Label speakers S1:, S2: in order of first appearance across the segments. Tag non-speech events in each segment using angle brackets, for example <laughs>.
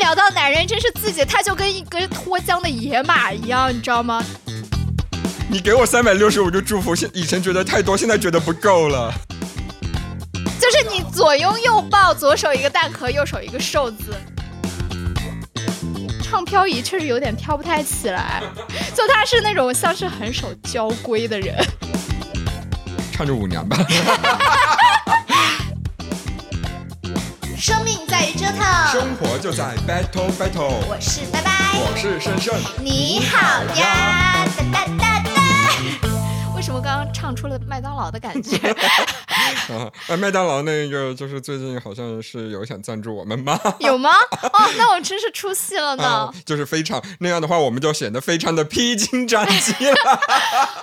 S1: 聊到男人真是自己，他就跟一个脱缰的野马一样，你知道吗？
S2: 你给我三百六十五就祝福，现以前觉得太多，现在觉得不够了。
S1: 就是你左拥右抱，左手一个蛋壳，右手一个瘦子。唱漂移确实有点飘不太起来，就他是那种像是很守交规的人。
S2: 唱着舞娘吧，
S3: 生命在于折腾，
S2: 生活就在 battle battle。
S3: 我是拜拜，
S2: 我是深深，
S3: 你好呀，哒哒哒哒。
S1: 为什么刚刚唱出了麦当劳的感觉？
S2: 啊，哎麦当劳那个就是最近好像是有想赞助我们吗？
S1: <laughs> 有吗？哦，那我真是出戏了呢
S2: 啊，，就是非常那样的话，我们就显得非常的披荆斩棘了，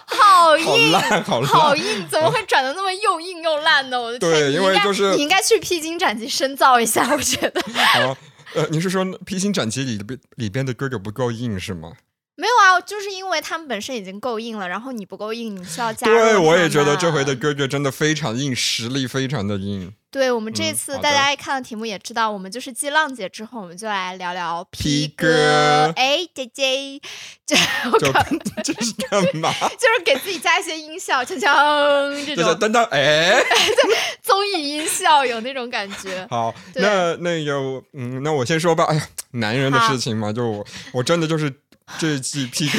S1: 好
S2: <laughs> 好
S1: 硬。
S2: 烂，好
S1: 好
S2: 烂。
S1: 硬，怎么会转的那么又硬又烂呢？我的天！
S2: 对
S1: 你
S2: 因为
S1: 应该
S2: 就是
S1: 你应该去披荆斩棘深造一下，我觉得
S2: 好，呃，你是说披荆斩棘里边里边的哥哥不够硬是吗？
S1: 没有啊，就是因为他们本身已经够硬了，然后你不够硬，你需要加入
S2: 对，我
S1: 他
S2: 也觉得
S1: 们
S2: 这回的哥哥真的非常硬，实力非常的硬。
S1: 对我们这
S2: 嗯
S1: 次、
S2: 好的
S1: 大家一看到题目也知道，我们就是继浪姐之后，我们就来聊聊
S2: P
S1: 哥
S2: 哥。
S1: 哎，姐姐，这我
S2: 就
S1: 靠，
S2: <laughs> 这是干 <laughs> 嘛？
S1: 就是给自己加一些音效，锵锵这
S2: 就是
S1: 种
S2: 等等，哎，
S1: 综艺音效，有那种感觉。
S2: 好，
S1: 对
S2: 那那个，嗯，那我先说吧。哎呀，男人的
S1: 好
S2: 事情嘛，就我，我真的就是这季 P 哥，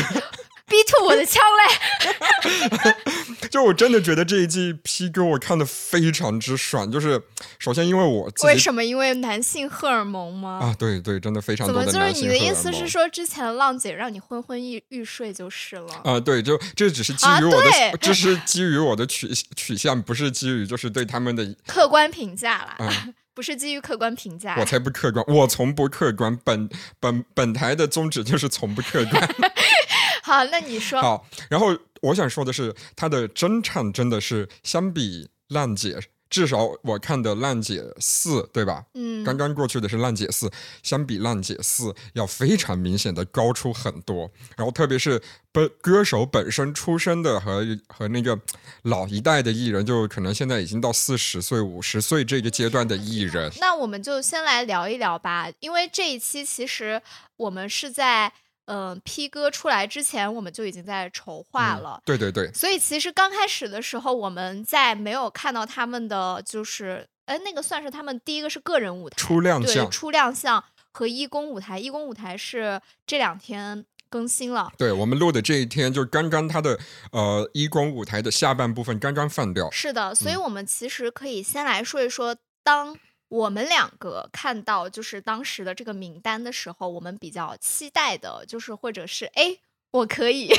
S1: B two，我的枪嘞！
S2: <laughs> 就我真的觉得这一季 P 哥我看的非常之爽。就是首先因为我自
S1: 为
S2: 己
S1: 什么？因为男性荷尔蒙吗？
S2: 啊，对对，真的非常
S1: 怎
S2: 多
S1: 么
S2: 的
S1: 就是
S2: 男
S1: 你
S2: 性
S1: 的
S2: 荷
S1: 意
S2: 尔
S1: 思是
S2: 蒙
S1: 说，之前浪姐让你昏昏欲欲睡就是了？
S2: 啊、对，就这只是基
S1: 啊
S2: 于我的，
S1: 对
S2: 这是基于我的取取向，不是基于就是对他们的，
S1: 客观评价啦，
S2: 嗯
S1: <laughs> 不是基于客观评价
S2: 我。才不客观，我从不客观，本本本台的宗旨就是从不客观。
S1: 好，那你说，
S2: 好，然后我想说的是，她的真唱真的是相比浪姐，至少我看的浪姐四，对吧？
S1: 嗯，
S2: 刚刚过去的是浪姐四，相比浪姐四要非常明显的高出很多。然后特别是本歌手本身出身的和和那个老一代的艺人，就可能现在已经到四十岁、五十岁这个阶段的艺人，嗯
S1: 那我们就先来聊一聊吧，因为这一期其实我们是在嗯、呃 P 哥出来之前，我们就已经在筹划
S2: 嗯
S1: 了。
S2: 对对对，
S1: 所以其实刚开始的时候，我们在没有看到他们的，就是哎，那个算是他们第一个是个人舞台，
S2: 初亮
S1: 对
S2: 相，
S1: 初亮相和一公舞台，一公舞台是这两天更新了。
S2: 对我们录的这一天，就刚刚他的呃一公舞台的下半部分刚刚放掉。
S1: 是的，所以
S2: 嗯
S1: 我们其实可以先来说一说，当我们两个看到就是当时的这个名单的时候，我们比较期待的，就是或者是哎，我可
S2: <laughs>
S1: 以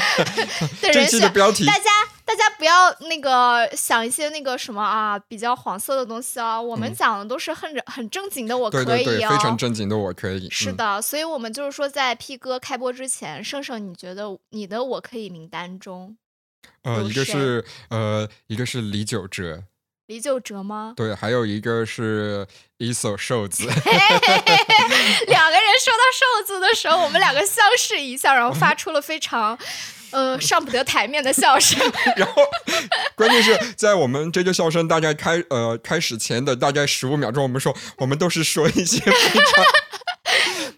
S1: 的
S2: 这
S1: 人
S2: 期的
S1: 选。
S2: 标题
S1: 大家，大家不要那个想一些那个什么啊，比较黄色的东西哦。我们
S2: 嗯
S1: 讲的都是很很正经的，我可以
S2: 对
S1: 哦。
S2: 对对，非常正经的，我可以。
S1: 是
S2: 嗯，
S1: 的，所以我们就是说，在 P 哥开播之前，胜胜，你觉得你的我可以名单中，
S2: 呃，
S1: 有
S2: 一个
S1: 谁
S2: 是呃，一个是李玖哲，
S1: 李玖哲吗？
S2: 对，还有一个是伊索瘦子，
S1: <laughs>
S2: <laughs>
S1: 两个人说到瘦子的时候，我们两个相视一笑，然后发出了非常，呃，上不得台面的笑
S2: <laughs>
S1: 声。
S2: 然后关键是在我们这个笑声大概开呃开始前的大概十五秒钟，我们说我们都是说一些非常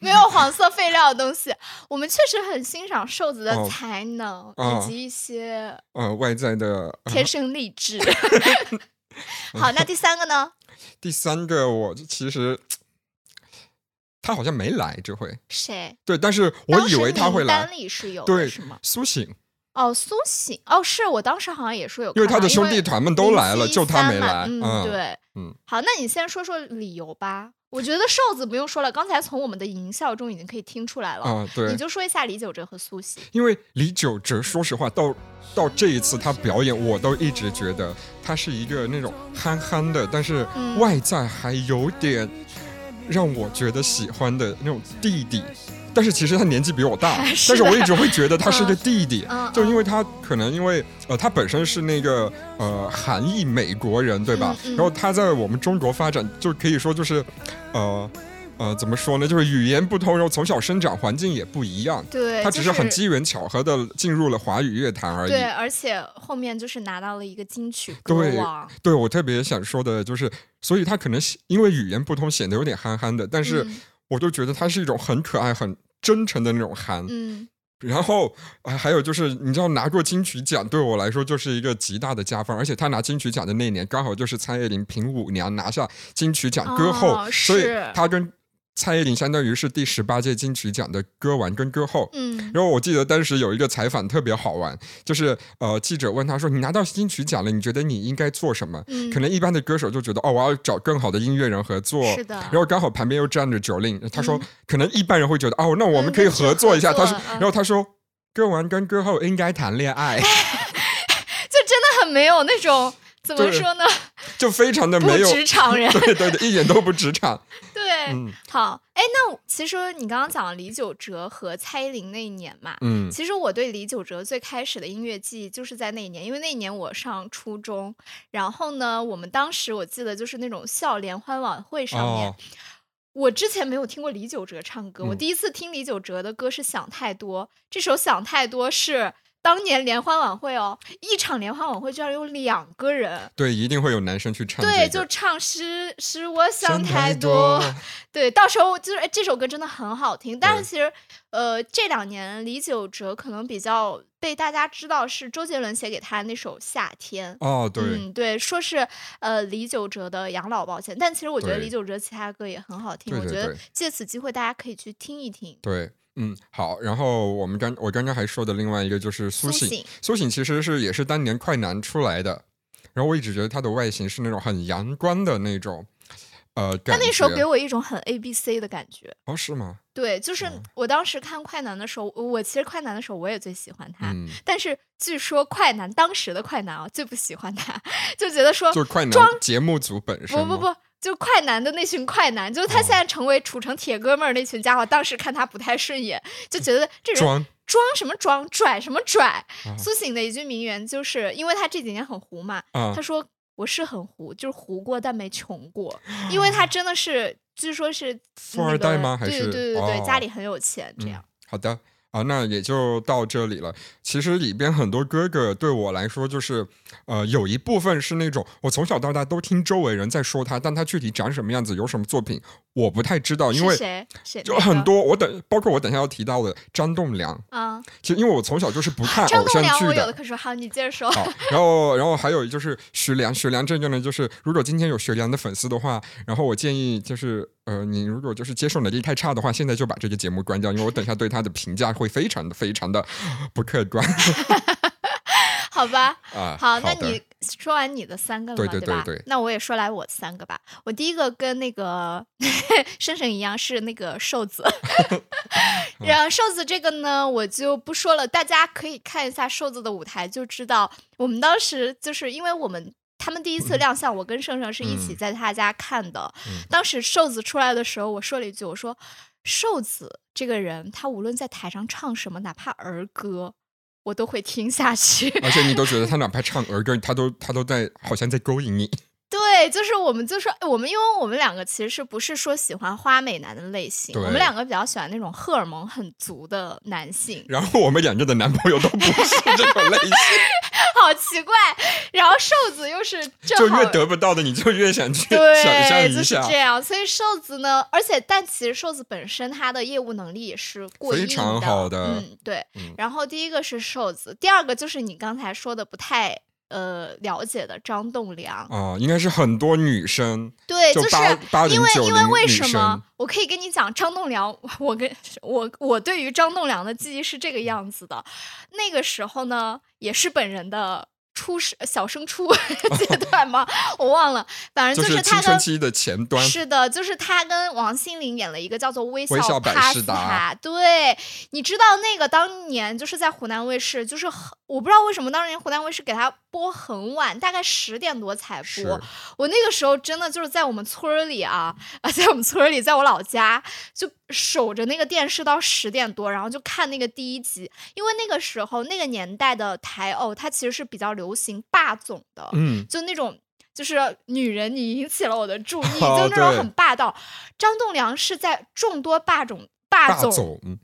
S1: 没有黄色废料的东西。我们确实很欣赏瘦子的
S2: 哦
S1: 才能、
S2: 哦
S1: 以及一些
S2: <laughs> 呃外在的。呃
S1: 天生丽
S2: <laughs>
S1: 质。好，那第三个呢？
S2: 第三个我其实他好像没来这回，
S1: 谁？
S2: 对，但是我
S1: 当
S2: 以
S1: 时
S2: 为他会
S1: 名
S2: 来
S1: 单。里是有的
S2: 对
S1: 是吗？，
S2: 苏醒，
S1: 哦，苏醒哦，是我当时好像也说有看
S2: 因
S1: 到，
S2: 为他的兄弟团们都来了，
S1: 07
S2: 就他没
S1: 13嘛
S2: 来。
S1: 嗯，对，
S2: 嗯，
S1: 好，那你先说说理由吧。我觉得瘦子不用说了，刚才从我们的淫笑中已经可以听出来了。
S2: 啊，对
S1: 哦你，就说一下李玖哲和苏醒。
S2: 因为李玖哲，说实话，到到这一次他表演，我都一直觉得他是一个那种憨憨的，但是
S1: 嗯
S2: 外在还有点让我觉得喜欢的那种弟弟。但是其实他年纪比我大，
S1: <laughs> 是的
S2: 但是我一直会觉得他是个弟弟，
S1: 嗯嗯
S2: 就因为他可能因为呃他本身是那个呃韩裔美国人对吧？
S1: 嗯嗯
S2: 然后他在我们中国发展就可以说就是呃呃怎么说呢？就是语言不通，然后从小生长环境也不一样，
S1: 对，
S2: 他
S1: 就
S2: 只是很机缘巧合的进入了华语乐坛而已。
S1: 对，啊而且后面就是拿到了一个金曲歌
S2: 对
S1: 王。
S2: 对我特别想说的就是，所以他可能是因为语言不通，显得有点憨憨的，但是
S1: 嗯
S2: 我就觉得它是一种很可爱、很真诚的那种憨。
S1: 嗯
S2: 然后啊还有就是，你知道拿过金曲奖对我来说就是一个极大的加分，而且他拿金曲奖的那一年刚好就是蔡依林凭舞娘拿下金曲奖歌后，
S1: 哦
S2: 所以
S1: 是
S2: 他跟蔡依林相当于是第十八届金曲奖的歌王跟歌后。
S1: 嗯
S2: 然后我记得当时有一个采访特别好玩，就是呃记者问他说：“你拿到金曲奖了，你觉得你应该做什么？”
S1: 嗯，
S2: 可能一般的歌手就觉得哦，我要找更好的音乐人合作，
S1: 是的
S2: 然后刚好旁边又站着九令，他说、
S1: 嗯
S2: 可能一般人会觉得哦，那我们
S1: 嗯
S2: 可以
S1: 那就
S2: 合作一下。
S1: 合
S2: 他
S1: 作
S2: 说，
S1: 嗯
S2: 然后他说。歌王跟歌后应该谈
S1: <laughs>
S2: 恋爱，
S1: 就真的很没有那
S2: <laughs>
S1: 种怎么
S2: 对
S1: 说呢， <laughs>
S2: 就非常的
S1: 不
S2: 没有，
S1: 职场人。
S2: <laughs> 对对对，一点都不职场。
S1: 对，
S2: 嗯
S1: 好， <laughs> 哎，那其实你刚刚讲了李玖哲和蔡依林那一年嘛，
S2: 嗯
S1: 其实我对李玖哲最开始的音乐记忆就是在那一年，因为那一年我上初中，然后呢，我们当时我记得就是那种校联欢晚会上面。
S2: 哦
S1: 我之前没有听过李玖哲唱歌，我
S2: 嗯
S1: 第一次听李玖哲的歌是《想太多》，这首《想太多》是当年联欢晚会哦，一场联欢晚会居然有两个人，
S2: 对，一定会有男生去唱这个。
S1: 对，就唱是是我想
S2: 想
S1: 太
S2: 太
S1: 多，
S2: 多
S1: 对，到时候就是哎这首歌真的很好听，但是
S2: 对
S1: 其实呃这两年李玖哲可能比较被大家知道是周杰伦写给他那首《夏天》。
S2: 哦，对，
S1: 嗯，对，说是呃李玖哲的养老保险，但其实我觉得
S2: 对
S1: 李玖哲其他歌也很好听，
S2: 对
S1: 我
S2: 对
S1: 觉得
S2: 对
S1: 借此机会大家可以去听一听。
S2: 对，嗯，好。然后我们刚我刚刚还说的另外一个就是苏
S1: 苏
S2: 醒，
S1: 醒
S2: 苏醒其实是也是当年快男出来的。然后我一直觉得他的外形是那种很阳光的那种，呃，
S1: 他
S2: 感觉。
S1: 那时候给我一种很 A B C 的感觉，
S2: 哦，是吗？
S1: 对，就是
S2: 哦
S1: 我当时看快男的时候，我其实快男的时候我也最喜欢他，
S2: 嗯，
S1: 但是据说快男当时的快男啊最不喜欢他， <laughs> 就觉得说
S2: 就快男
S1: 装
S2: 节目组本身
S1: 不不
S2: 吗，
S1: 不，就快男的那群快男，就是他
S2: 哦
S1: 现在成为楚成铁哥们儿那群家伙，当时看他不太顺眼，就觉得这人
S2: 装
S1: 装什么装，拽什么拽。
S2: 哦
S1: 苏醒的一句名言就是，因为他这几年很糊嘛，
S2: 啊
S1: 他，说我是很糊，就是糊过但没穷
S2: <laughs>
S1: 过，因为他真的是。据说是
S2: 富二代吗
S1: 那个
S2: 还是
S1: 对对对对对，
S2: 哦
S1: 家里很有钱，这
S2: 嗯
S1: 样。
S2: 好的啊，那也就到这里了。其实里边很多哥哥对我来说，就是呃，有一部分是那种我从小到大都听周围人在说他，但他具体长什么样子，有什么作品，我不太知哦道，因
S1: 是
S2: 为
S1: 谁谁
S2: 就
S1: 哪个
S2: 很多，我等包括我等一下要提到的张栋梁，
S1: 啊，
S2: 其实因为我从小就是不看
S1: 张
S2: 偶
S1: 栋
S2: 像
S1: 梁
S2: 剧
S1: 我有
S2: 的
S1: 的。可说，好，你接着说。 <laughs>
S2: 好，然后，然后还有就是徐良，徐良这个呢，就是如果今天有徐良的粉丝的话，然后我建议就是，呃，你如果就是接受能力太差的话，现在就把这个节目关掉，因为我等一下对他的评价会非常的非常的不客观
S1: 好吧，
S2: 啊。
S1: 好，那
S2: 的
S1: 你说完你的三个了嘛，
S2: 对对
S1: 吧？
S2: 对对
S1: 那我也说来我三个吧。我第一个跟那个 <laughs> 深深一样是那个瘦
S2: <laughs>
S1: 子，
S2: 嗯
S1: 然后瘦子这个呢，我就不说了，大家可以看一下瘦子的舞台就知道。我们当时就是因为我们。他们第一次亮相，我跟盛盛是一起
S2: 嗯
S1: 在他家看的。
S2: 嗯
S1: 当时瘦子出来的时候，我说了一句：“我说，瘦子这个人，他无论在台上唱什么，哪怕儿歌，我都会听下去。”
S2: 而且你都觉得他哪怕唱儿歌，他都他都在好像在勾引你。
S1: 对，就是我们就说我们，因为我们两个其实是不是说喜欢花美男的类型，我们
S2: 对
S1: 两个比较喜欢那种荷尔蒙很足的男性，
S2: 然后我们两个的男朋友都不是这种
S1: <laughs>
S2: 类型，
S1: 好奇怪。然后瘦子又是正
S2: 就
S1: 好
S2: 越得不到的你就越想去想象
S1: 对，
S2: 一
S1: 就是
S2: 下。
S1: 这样。所以瘦子呢，而且但其实瘦子本身他的业务能力也是过硬
S2: 非常好的
S1: 嗯，对。
S2: 嗯
S1: 然后第一个是瘦子，第二个就是你刚才说的不太呃了解的张栋梁，
S2: 啊、应该是很多女生
S1: 对，
S2: 就是八八零
S1: 因为
S2: 九
S1: 因为
S2: 零
S1: 为
S2: 女
S1: 什么
S2: 生？
S1: 我可以跟你讲，张栋梁， <laughs> 我跟我我对于张栋梁的记忆是这个样子的。那个时候呢，也是本人的初生小升初 <laughs> 阶段吗？我忘了，反正
S2: 就是
S1: 他
S2: 青春
S1: 跟。
S2: 期的前端，
S1: 是的，就是他跟王心凌演了一个叫做《微
S2: 微笑百
S1: 帕
S2: 事
S1: 斯
S2: 达
S1: 塔》。对，你知道那个当年就是在湖南卫视，就是很我不知道为什么当年湖南卫视给他播很晚，大概十点多才
S2: 是
S1: 播。我那个时候真的就是在我们村儿里啊， <laughs> 啊，在我们村儿里，在我老家，就守着那个电视到十点多，然后就看那个第一集。因为那个时候那个年代的台偶，它其实是比较流行霸总的，
S2: 嗯，
S1: 就那种。就是女人，你引起了我的注意，就
S2: 哦
S1: 那种
S2: 对
S1: 很霸道。张栋梁是在众多霸总霸
S2: 霸
S1: 总
S2: 总，嗯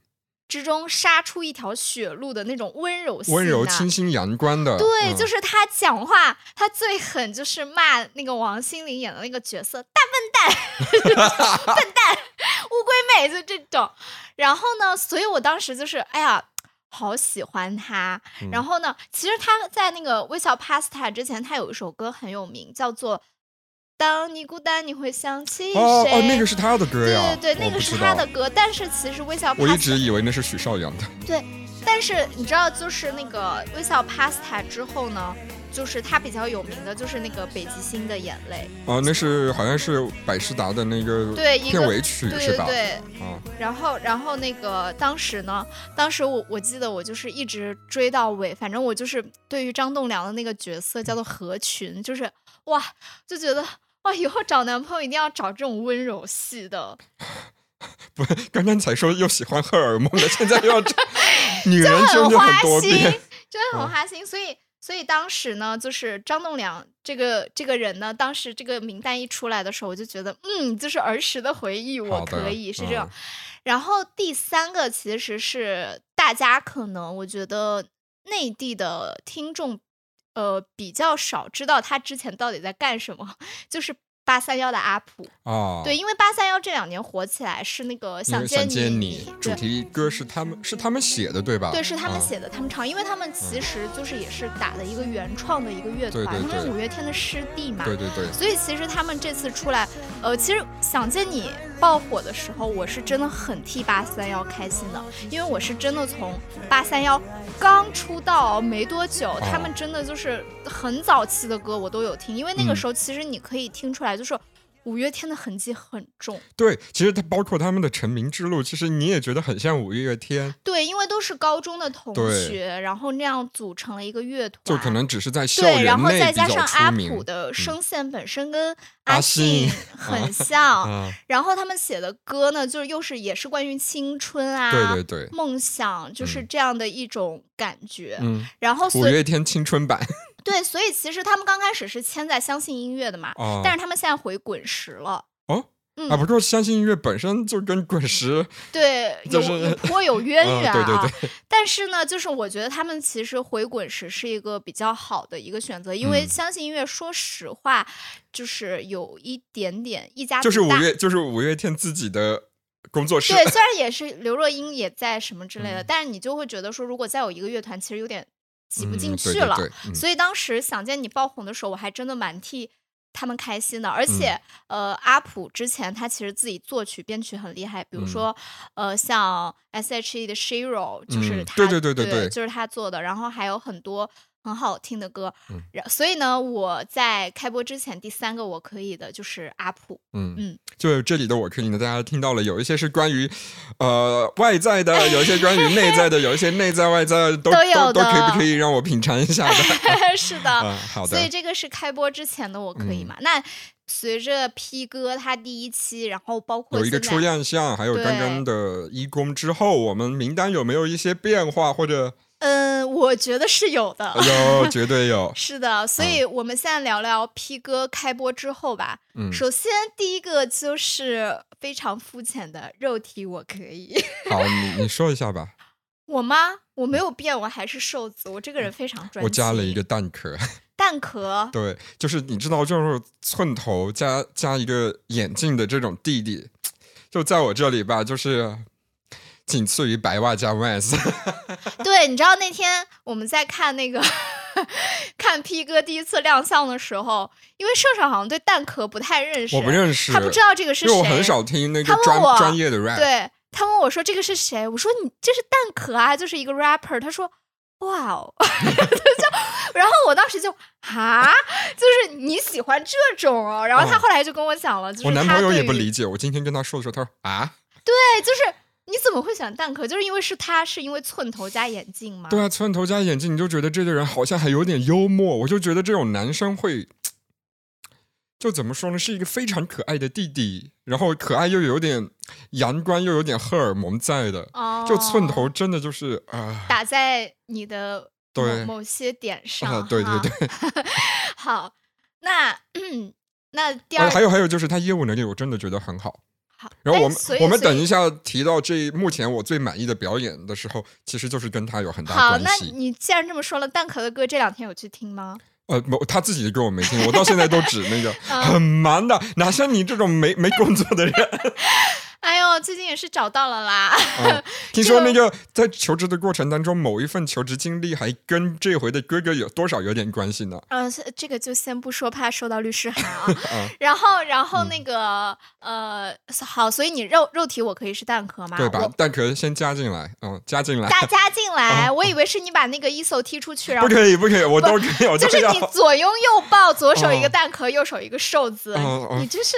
S1: 之中杀出一条血路的那种温柔细
S2: 温柔
S1: 腻
S2: 清新阳光的，
S1: 对，
S2: 嗯
S1: 就是他讲话，他最狠就是骂那个王心凌演的那个角色大笨蛋、笨蛋、乌龟 <laughs> 美，就这种。然后呢，所以我当时就是，哎呀。好喜欢他，
S2: 嗯
S1: 然后呢？其实他在那个《微笑 Pasta》之前，他有一首歌很有名，叫做《当你孤单，你会想起谁》。
S2: 哦哦，那个是他的歌呀，
S1: 对对对，那
S2: 我
S1: 个
S2: 不
S1: 是
S2: 知
S1: 他的
S2: 道。
S1: 歌，但是其实《微笑 Pasta
S2: 我》一直以为那是许绍洋的，
S1: 对，但是你知道，就是那个《微笑 Pasta》之后呢，就是他比较有名的就是那个《北极星的眼泪
S2: 哦，那是好像是百事达的那个
S1: 对一个
S2: 片尾曲》，
S1: 对
S2: 嗯是
S1: 对
S2: 吧？
S1: 对。
S2: 啊，
S1: 然后，然后那个当时呢，当时我我记得我就是一直追到尾，反正我就是对于张栋梁的那个角色叫做何群，就是哇，就觉得哇，以后找男朋友一定要找这种温柔系的，
S2: 不，刚刚才说又喜欢荷尔蒙的，现在
S1: <laughs>
S2: 又要这女人真的
S1: 花
S2: 很多
S1: 心
S2: 变。，
S1: <laughs> 真的
S2: 嗯
S1: 很花心。所以，所以当时呢，就是张栋梁这个这个人呢，当时这个名单一出来的时候，我就觉得，嗯，就是儿时的回忆，
S2: 好
S1: 我
S2: 的
S1: 可以是这
S2: 嗯
S1: 种。然后第三个其实是大家可能我觉得内地的听众，呃，比较少知道他之前到底在干什么，就是。八三幺的阿普，
S2: 啊，
S1: 对，因为八三幺这两年火起来是那个
S2: 因为
S1: 想
S2: 想
S1: 见
S2: 见
S1: 你
S2: 你，主
S1: 对
S2: 题歌是他们是他们写的对吧？
S1: 对，是他们
S2: 啊嗯
S1: 写的，他们唱，因为他们其实就是也是打的一个原创的一个乐
S2: 对
S1: 团，
S2: 对
S1: 因为
S2: 对
S1: 五月天的师弟嘛。
S2: 对对对，
S1: 所以其实他们这次出来，呃，其实想见你爆火的时候，我是真的很替八三幺开心的，因为我是真的从八三幺刚出道没多久，
S2: 哦
S1: 他们真的就是很早期的歌我都有听，因为那个
S2: 嗯
S1: 时候其实你可以听出来，就是五月天的痕迹很重。
S2: 对，其实他包括他们的成名之路，其实你也觉得很像五月天，
S1: 对，因为都是高中的同
S2: 对
S1: 学，然后那样组成了一个乐团，
S2: 就可能只是在校
S1: 对，
S2: 园
S1: 然后
S2: 内
S1: 再
S2: 比
S1: 加
S2: 较
S1: 上阿普
S2: 出名。嗯
S1: 的声线本身跟
S2: 阿
S1: 信
S2: 信
S1: 很像，
S2: 啊，
S1: 然后他们写的歌呢，就是又是也是关于青春啊、
S2: 对对对，
S1: 梦想，就是
S2: 嗯
S1: 这样的一种感觉。
S2: 嗯，
S1: 然后
S2: 五
S1: 所以
S2: 月天青
S1: <laughs>
S2: 春版
S1: 对，所以其实他们刚开始是签在相信音乐的嘛，
S2: 啊，
S1: 但是他们现在回滚石了。
S2: 哦
S1: 嗯，
S2: 啊，不过相信音乐本身就跟滚石，
S1: 对，有、
S2: 就是
S1: 有颇有渊
S2: 嗯
S1: 源啊。
S2: 对对
S1: 但是呢，就是我觉得他们其实回滚石是一个比较好的一个选择，因为
S2: 嗯
S1: 相信音乐，说实话，就是有一点点一家
S2: 就是
S1: 独
S2: 五
S1: 大。
S2: 月，就是五月天自己的嗯工作室，
S1: 对，虽然也是刘若英也在什么之类的，但是你就会觉得说，如果再有一个乐团，其实有点挤不进
S2: 嗯
S1: 去了。
S2: 对对对嗯
S1: 所以当时想见你爆红的时候，我还真的蛮替他们开心的。而
S2: 嗯
S1: 且，呃，阿普之前他其实自己作曲编曲很厉害，比如
S2: 嗯
S1: 说，呃，像 S.H.E 的 Shiro 就是
S2: 嗯
S1: 他，
S2: 对对对对对
S1: 就是他做的。然后还有很多。很好听的歌
S2: 嗯，
S1: 然、所以呢，我在开播之前第三个我可以的就是阿普，
S2: 嗯
S1: 嗯，
S2: 就这里的我可以呢，大家听到了，有一些是关于呃外在的，有一些关于内在的，有一些内在外在都
S1: 都有
S2: 都都可以
S1: 的
S2: 不可以让我品尝一下
S1: <laughs>
S2: 的？
S1: 是的，
S2: 嗯，好
S1: 所以
S2: 的，嗯
S1: 这个是开播之前的我可以嘛？那随着 P 哥他第一期，然后包括
S2: 有一个
S1: 现
S2: 初
S1: 在
S2: 亮相，还有刚刚的一公之后，我们名单有没有一些变化
S1: <laughs>
S2: 或者
S1: 嗯，我觉得是有
S2: <laughs>
S1: 的，
S2: 有绝对有，
S1: 是的。所以我们现在聊聊 P 哥开播之后吧。
S2: 嗯，
S1: 首先第一个就是非常肤浅的肉体，我可以。 <laughs>
S2: 好，你你说一下吧。
S1: 我吗？我没有变，我还是瘦子。我这个人非常专情。
S2: 我加了一个蛋壳， <laughs>
S1: 蛋壳，
S2: 对，就是你知道，就是寸头加加一个眼镜的这种弟弟，就在我这里吧，就是仅次于白袜加 Vans。
S1: 对，你知道那天我们在看那个 <laughs> 看 P 哥第一次亮相的时候，因为社长好像对蛋壳不太认识，
S2: <laughs> 我不认识，
S1: 他不知道这个是
S2: 因
S1: 谁，
S2: 为我很少听那
S1: 他
S2: 个
S1: 问
S2: 专
S1: 我
S2: 专业的 rap。
S1: 对他问我说这个是谁，我说你这是蛋壳啊，就是一个 rapper。他说哇哦， <laughs> 就然后我当时就啊，就是你喜欢这种哦。然后他
S2: 嗯
S1: 后来就跟我讲了，就是
S2: 我男
S1: 他
S2: 朋友
S1: 对
S2: 也不
S1: 于
S2: 理解，我今天跟他说的时候，他说啊，
S1: 对，就是你怎么会选蛋壳？就是因为是他是因为寸头加眼镜吗？
S2: 对啊，寸头加眼镜，你就觉得这个人好像还有点幽默，我就觉得这种男生会，就怎么说呢，是一个非常可爱的弟弟，然后可爱又有点阳光，又有点荷尔蒙在的，
S1: 哦，
S2: 就寸头真的就是啊。
S1: 打在你的某
S2: 对
S1: 某些点上、
S2: 啊，对对
S1: 哈
S2: 对，，
S1: <laughs> 好，那嗯那第
S2: 而
S1: 二
S2: 且哎还有还有就是他业务能力，我真的觉得很好。
S1: 好，
S2: 然后
S1: 哎
S2: 我们
S1: 所以
S2: 我们
S1: 所以
S2: 等一下提到这目前我最满意的表演的时候，其实就是跟他有很大
S1: 好，
S2: 关
S1: 那
S2: 系。
S1: 你既然这么说了，蛋壳的歌这两天有去听吗？
S2: 呃，不，他自己的歌我没听，我
S1: <laughs>
S2: 到现在都指那个
S1: 啊
S2: 很忙的，哪像你这种没没工作的人
S1: <laughs> 哎呦，有，最近也是找到了啦。 <laughs>
S2: 啊，听说那个在求职的过程当中，某一份求职经历还跟这回的哥哥有多少有点关系呢？
S1: 嗯、是这个就先不说，怕收到律 <laughs> 师函啊。
S2: 啊，
S1: 然后，然后
S2: 嗯
S1: 那个、呃，好，所以你肉肉体我可以是蛋壳吗？
S2: 对吧
S1: 我？
S2: 蛋壳先加进来，嗯，加进来，
S1: 大家 <laughs> 进来，我以为是你把那个 E ISO 踢出去，然
S2: 不
S1: 后
S2: 可以，不可以，我都可以，我
S1: 就
S2: 都
S1: 是
S2: 要
S1: 你。左拥右抱，左手一个
S2: 啊哦
S1: 蛋壳，右手一个瘦子，
S2: 哦哦
S1: 你真是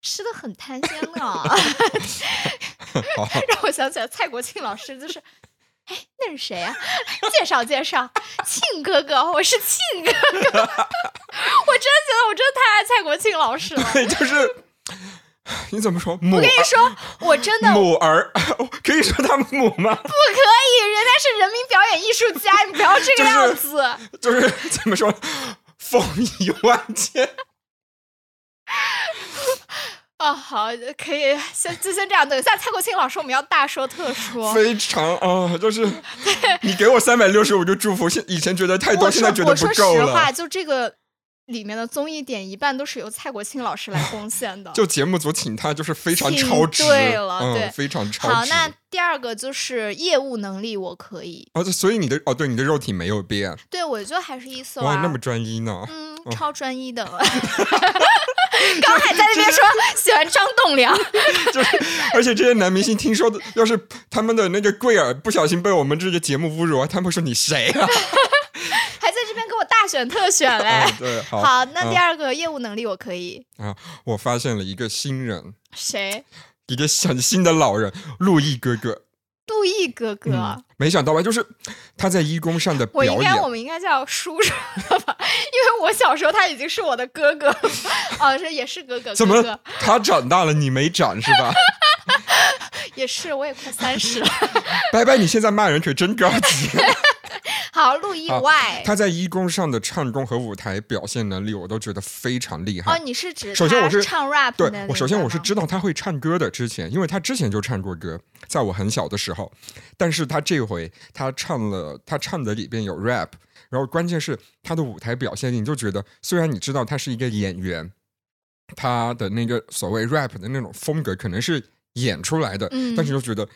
S1: 吃的很贪心
S2: <laughs>
S1: <laughs> 啊！
S2: 好，
S1: 让我想起来蔡国庆老师，就是。哎，那是谁啊？介绍介绍，庆哥哥，我是庆哥哥。 <laughs> 我真的觉得我真的太爱蔡国庆老师了。
S2: 对， <laughs> 就是你怎么说母
S1: 我跟你说，我真的
S2: 母儿， <laughs> 可以说他母吗？
S1: 不可以，人家是人民表演艺术家，你不要这个
S2: 就是
S1: 样子。
S2: 就是怎么说，风雨万千。
S1: 哦，好，可以，先就先这样。等一下，蔡国庆老师，我们要大说特说。
S2: 非常
S1: <laughs>
S2: 啊、就是你给我三百六十五个祝福，现以前觉得太多，
S1: 我
S2: 现
S1: 说
S2: 在觉得
S1: 我
S2: 不
S1: 说
S2: 够
S1: 实话，
S2: 了。
S1: 就这个里面的综艺点，一半都是由蔡国庆老师
S2: <laughs>
S1: 来贡献的。
S2: 就节目组请他，就是非常
S1: 请
S2: 超值，
S1: 对了
S2: 嗯，
S1: 对
S2: 非常超值。
S1: 好，那第二个就是业务能力，我可以。
S2: 哦，所以你的哦，对，你的肉体没有变，
S1: 对，我就还是一搜
S2: 哇，
S1: 啊。
S2: 那么哦专一呢？
S1: 嗯，超专一
S2: <laughs>
S1: 的。刚还在那边说喜欢张栋梁，嗯
S2: 就是，而且这些男明星听说的，要是他们的那个贵儿不小心被我们这个节目侮辱啊，他们会说你谁
S1: <laughs>
S2: 啊？
S1: 还在这边给我大选特选嘞。
S2: 嗯对，好，
S1: 哎好，那
S2: 嗯
S1: 第二个业务能力我可以。
S2: 我发现了一个新人，
S1: 谁？
S2: 一个很新的老人，陆毅哥哥。
S1: 杜毅哥哥。
S2: 嗯，没想到吧？就是他在一公上的
S1: 啊我应
S2: 表
S1: 该，
S2: 演
S1: 我，们应该叫叔叔了吧？因为我小时候他已经是我的哥哥了，哦，是也是哥哥，
S2: 怎
S1: 哥
S2: 么
S1: 哥
S2: 他长大了，你没长是吧？
S1: 也 <laughs> 是，我也快三
S2: <laughs>
S1: 十了。
S2: 拜拜，你现在骂人可真高级。
S1: 好，陆毅
S2: 好
S1: Y，
S2: 他在一公上的唱功和舞台表现能力，我都觉得非常厉害。
S1: 哦，你是指
S2: 首先
S1: 他
S2: 我是
S1: 唱 rap 的
S2: 对
S1: 那
S2: 我，首先
S1: 个
S2: 我是
S1: 吗
S2: 知道他会唱歌的，之前因为他之前就唱过歌，在我很小的时候，但是他这回他唱了，他唱的里边有 rap，然后关键是他的舞台表现，你就觉得虽然你知道他是一个演员，他的那个所谓 rap 的那种风格可能是演出来的，
S1: 嗯
S2: 但是又觉得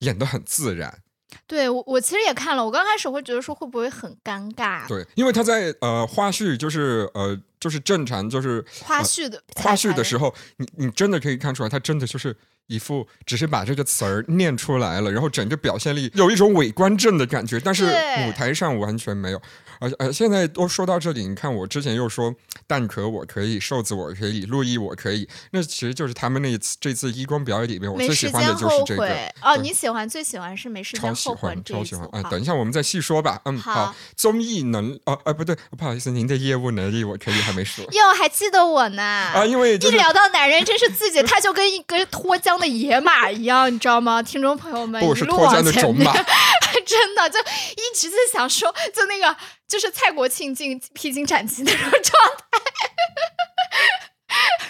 S2: 演的很自然，
S1: 对我我其实也看了，我刚开始会觉得说会不会很尴尬，
S2: 对，因为他在呃花絮就是呃就是正常就是
S1: 花絮的
S2: 啊花絮的时
S1: 候，
S2: 候，你你真的可以看出来，他真的就是一副只是把这个词儿念出来了，然后整个表现力有一种伪观正的感觉，但是
S1: 对
S2: 舞台上完全没有。而而现在都说到这里，你看我之前又说蛋壳我可以，瘦子我可以，陆毅我可以，那其实就是他们那一次这次一光表演里面，我
S1: 没
S2: 最喜
S1: 时
S2: 欢的
S1: 间
S2: 就是
S1: 后
S2: 这个。
S1: 悔哦，
S2: 对
S1: 你喜欢最喜欢是没时
S2: 超
S1: 间
S2: 喜
S1: 后悔
S2: 欢，
S1: 这一
S2: 超喜
S1: 组
S2: 欢啊！
S1: 好
S2: 等一下，我们再细说吧。嗯，好，
S1: 好
S2: 综艺能哦，呃，不对，不好意思，您的业务能力我可以还
S1: <laughs>
S2: 没说
S1: 哟，还记得我呢
S2: 啊，因为就
S1: 一
S2: 是
S1: 聊到男人，真是自己，他就跟一个脱缰的野马一样，你知道吗？听众朋友们，
S2: 不
S1: 一
S2: 是
S1: 路
S2: 脱缰
S1: 往
S2: 的
S1: 前
S2: 种
S1: 面， <laughs>
S2: 马，<laughs>
S1: 真的就一直在想说，就那个就是蔡国庆进披荆斩棘那种状态。 <laughs>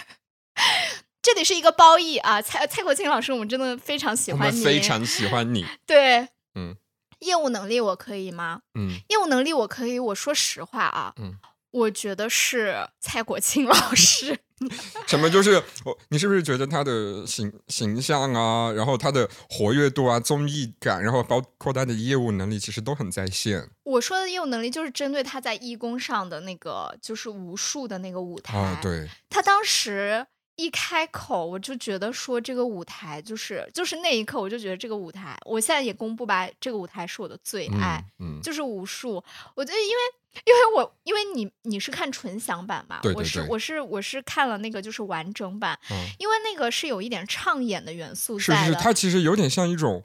S1: 这里是一个褒义啊，蔡蔡国庆老师，我们真的非常喜
S2: 我
S1: 欢
S2: 们
S1: 你，
S2: 非常喜欢你。
S1: 对，
S2: 嗯，
S1: 业务能力我可以吗？ <laughs>
S2: 嗯，
S1: 业务能力我可以，我说实话啊，
S2: 嗯，
S1: 我觉得是蔡国庆老师。
S2: 什么就是我？你是不是觉得他的形形象啊，然后他的活跃度啊、综艺感，然后包括他的业务能力，其实都很在线
S1: 我说的业务能力就是针对他在义工上的那个，就是无数的那个舞台。
S2: 啊？，对，
S1: 他当时一开口，我就觉得说这个舞台就是就是那一刻，我就觉得这个舞台，我现在也公布吧，这个舞台是我的最爱，
S2: 嗯嗯，
S1: 哎就是无数。我觉得因为因为我因为你你是看纯享版嘛，
S2: 对对
S1: 我是
S2: 对
S1: 我是我是看了那个就是完整版，
S2: 嗯
S1: 因为那个是有一点唱演的元素
S2: 是
S1: 在
S2: 是，
S1: 的。
S2: 他其实有点像一种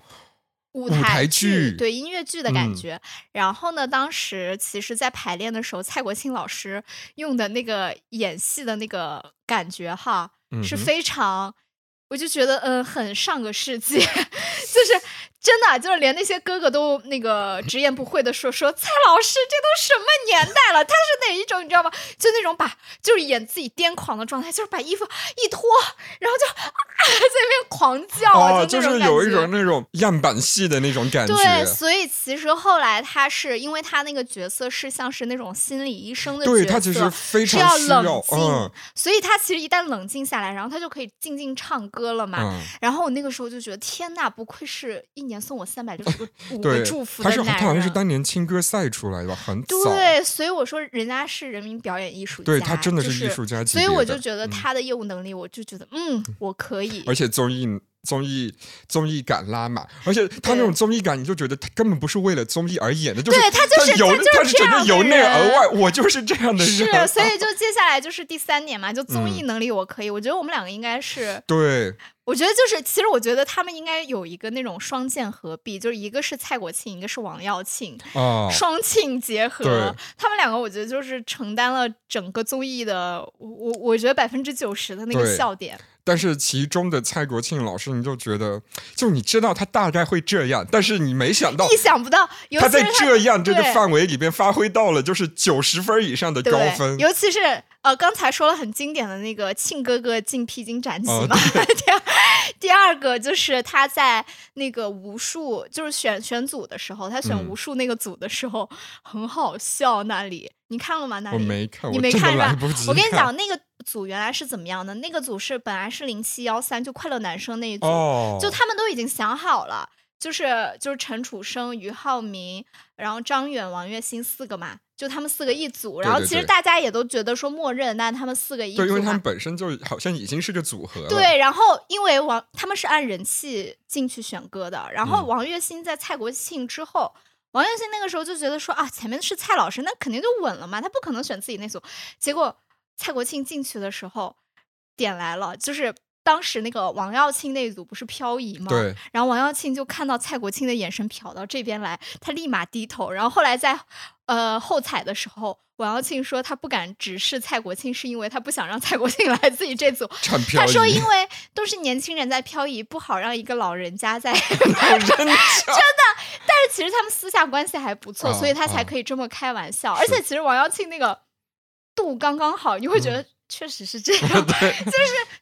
S1: 舞
S2: 舞台剧
S1: 对音乐剧的感
S2: 嗯
S1: 觉。然后呢，当时其实，在排练的时候，蔡国庆老师用的那个演戏的那个感觉哈，
S2: 嗯
S1: 是
S2: 哼
S1: 非常。我就觉得，嗯，很上个世纪， <laughs> 就是真的啊，就是连那些哥哥都那个直言不讳的说说蔡老师，这都什么年代了？他是哪一种，你知道吗？就那种 <laughs> 把就是演自己癫狂的状态，就是把衣服一脱，然后就、啊、在那边狂狂叫，
S2: 哦，
S1: 就
S2: 就
S1: 那
S2: 是
S1: 感
S2: 有一
S1: 觉
S2: 种那种样板戏的那种感觉。
S1: 对，所以其实后来他是因为他那个角色是像是那种心理医生的角色，
S2: 对他其实非
S1: 是
S2: 常
S1: 要
S2: 需
S1: 冷静，
S2: 嗯
S1: 所以他其实一旦冷静下来，然后他就可以静静唱歌了嘛。
S2: 嗯，
S1: 然后我那个时候就觉得，天呐，不愧是一年送我三百六十
S2: <laughs>
S1: 个五
S2: 对
S1: 个祝，福
S2: 他
S1: 的
S2: 是
S1: 男人。
S2: 他好像是当年青歌赛出来的吧，很早。
S1: 对，所以我说人家是人民表演艺术家，
S2: 对他真的
S1: 就是
S2: 艺术家级
S1: 所以我
S2: 别
S1: 就
S2: 的
S1: 觉得
S2: 嗯哦
S1: 他的业务能力，我就觉得嗯，我可
S2: <laughs>
S1: 以。
S2: 而且综艺综艺综艺感拉满，而且他那
S1: 对
S2: 种综艺感，你就觉得他根本不是为了综艺而演的，就是
S1: 对他就是他
S2: 由
S1: 就是
S2: 他是
S1: 这
S2: 整个
S1: 样的
S2: 由内
S1: 人
S2: 而外，我就是啊嗯这样的
S1: 是啊
S2: 人，，
S1: 所以
S2: <laughs>
S1: 就接下来就是第三点嘛，就综艺能力我可以。我觉得我们两个应该是，
S2: 对
S1: 我觉得就是，其实我觉得他们应该有一个那种双剑合璧，就是一个是蔡国庆，一个是王耀庆，
S2: 啊，
S1: 双庆结合
S2: 对。
S1: 他们两个，我觉得就是承担了整个综艺的，我我我觉得百分之九十的那个
S2: 对
S1: 笑点。
S2: 但是其中的蔡国庆老师，你就觉得，就你知道他大概会这样，但是你没想到
S1: 意想不到，尤
S2: 哦他
S1: 其是
S2: 在这样这个
S1: 对
S2: 范围里边发挥到了就是九十分以上的
S1: 对
S2: <laughs> 高分，
S1: 尤其是呃，刚才说了很经典的那个庆哥哥进披荆斩棘
S2: 哦
S1: 嘛。 <laughs> 第二，第二个就是他在那个武术，就是选选组的时候，他选
S2: 嗯
S1: 武术那个组的时候、很好笑。那里你看了吗？那里
S2: 我没看，
S1: 你
S2: 我
S1: 没
S2: 真的
S1: 看
S2: 来
S1: 吧
S2: 不及。
S1: 我跟你讲，，那个组原来是怎么样的？那个组是本来是零七幺三，就快乐男生那一组，
S2: 哦，
S1: 就他们都已经想好了，就是就是陈楚生、俞灏明，然后张远、王栎鑫四个嘛，就他们四个一组。然后
S2: 对
S1: 其实
S2: 对
S1: 大家也都觉得说默认，那他们四个一组
S2: 对，因为他
S1: 嘛
S2: 们嗯本身就好像已经是个组合了，
S1: 对，然后因为王他们是按人气进去选歌的，然后
S2: 嗯
S1: 王栎鑫在蔡国庆之后。王栎鑫那个时候就觉得说啊，前面是蔡老师，那肯定就稳了嘛，他不可能选自己那组。结果蔡国庆进去的时候，点来了，就是当时那个王耀庆那一组不是漂移吗？
S2: 对，
S1: 然后王耀庆就看到蔡国庆的眼神瞟到这边来，他立马低头。然后后来在呃后采的时候，王耀庆说他不敢直视蔡国庆，是因为他不想让蔡国庆 <laughs> 来自己这组。
S2: 唱飘
S1: 他
S2: 逸，
S1: 说因为都是年轻人在漂移，不好让一个老人家在。 <laughs>
S2: 我 <laughs> 真的笑
S1: 但是其实他们私下关系还不错，
S2: 啊
S1: 所以他才
S2: 啊
S1: 可以这么开玩笑。
S2: 是
S1: 而且其实王耀庆那个度刚刚好，你会觉得
S2: 嗯
S1: 确实是这
S2: <laughs>
S1: 样， <laughs> 就是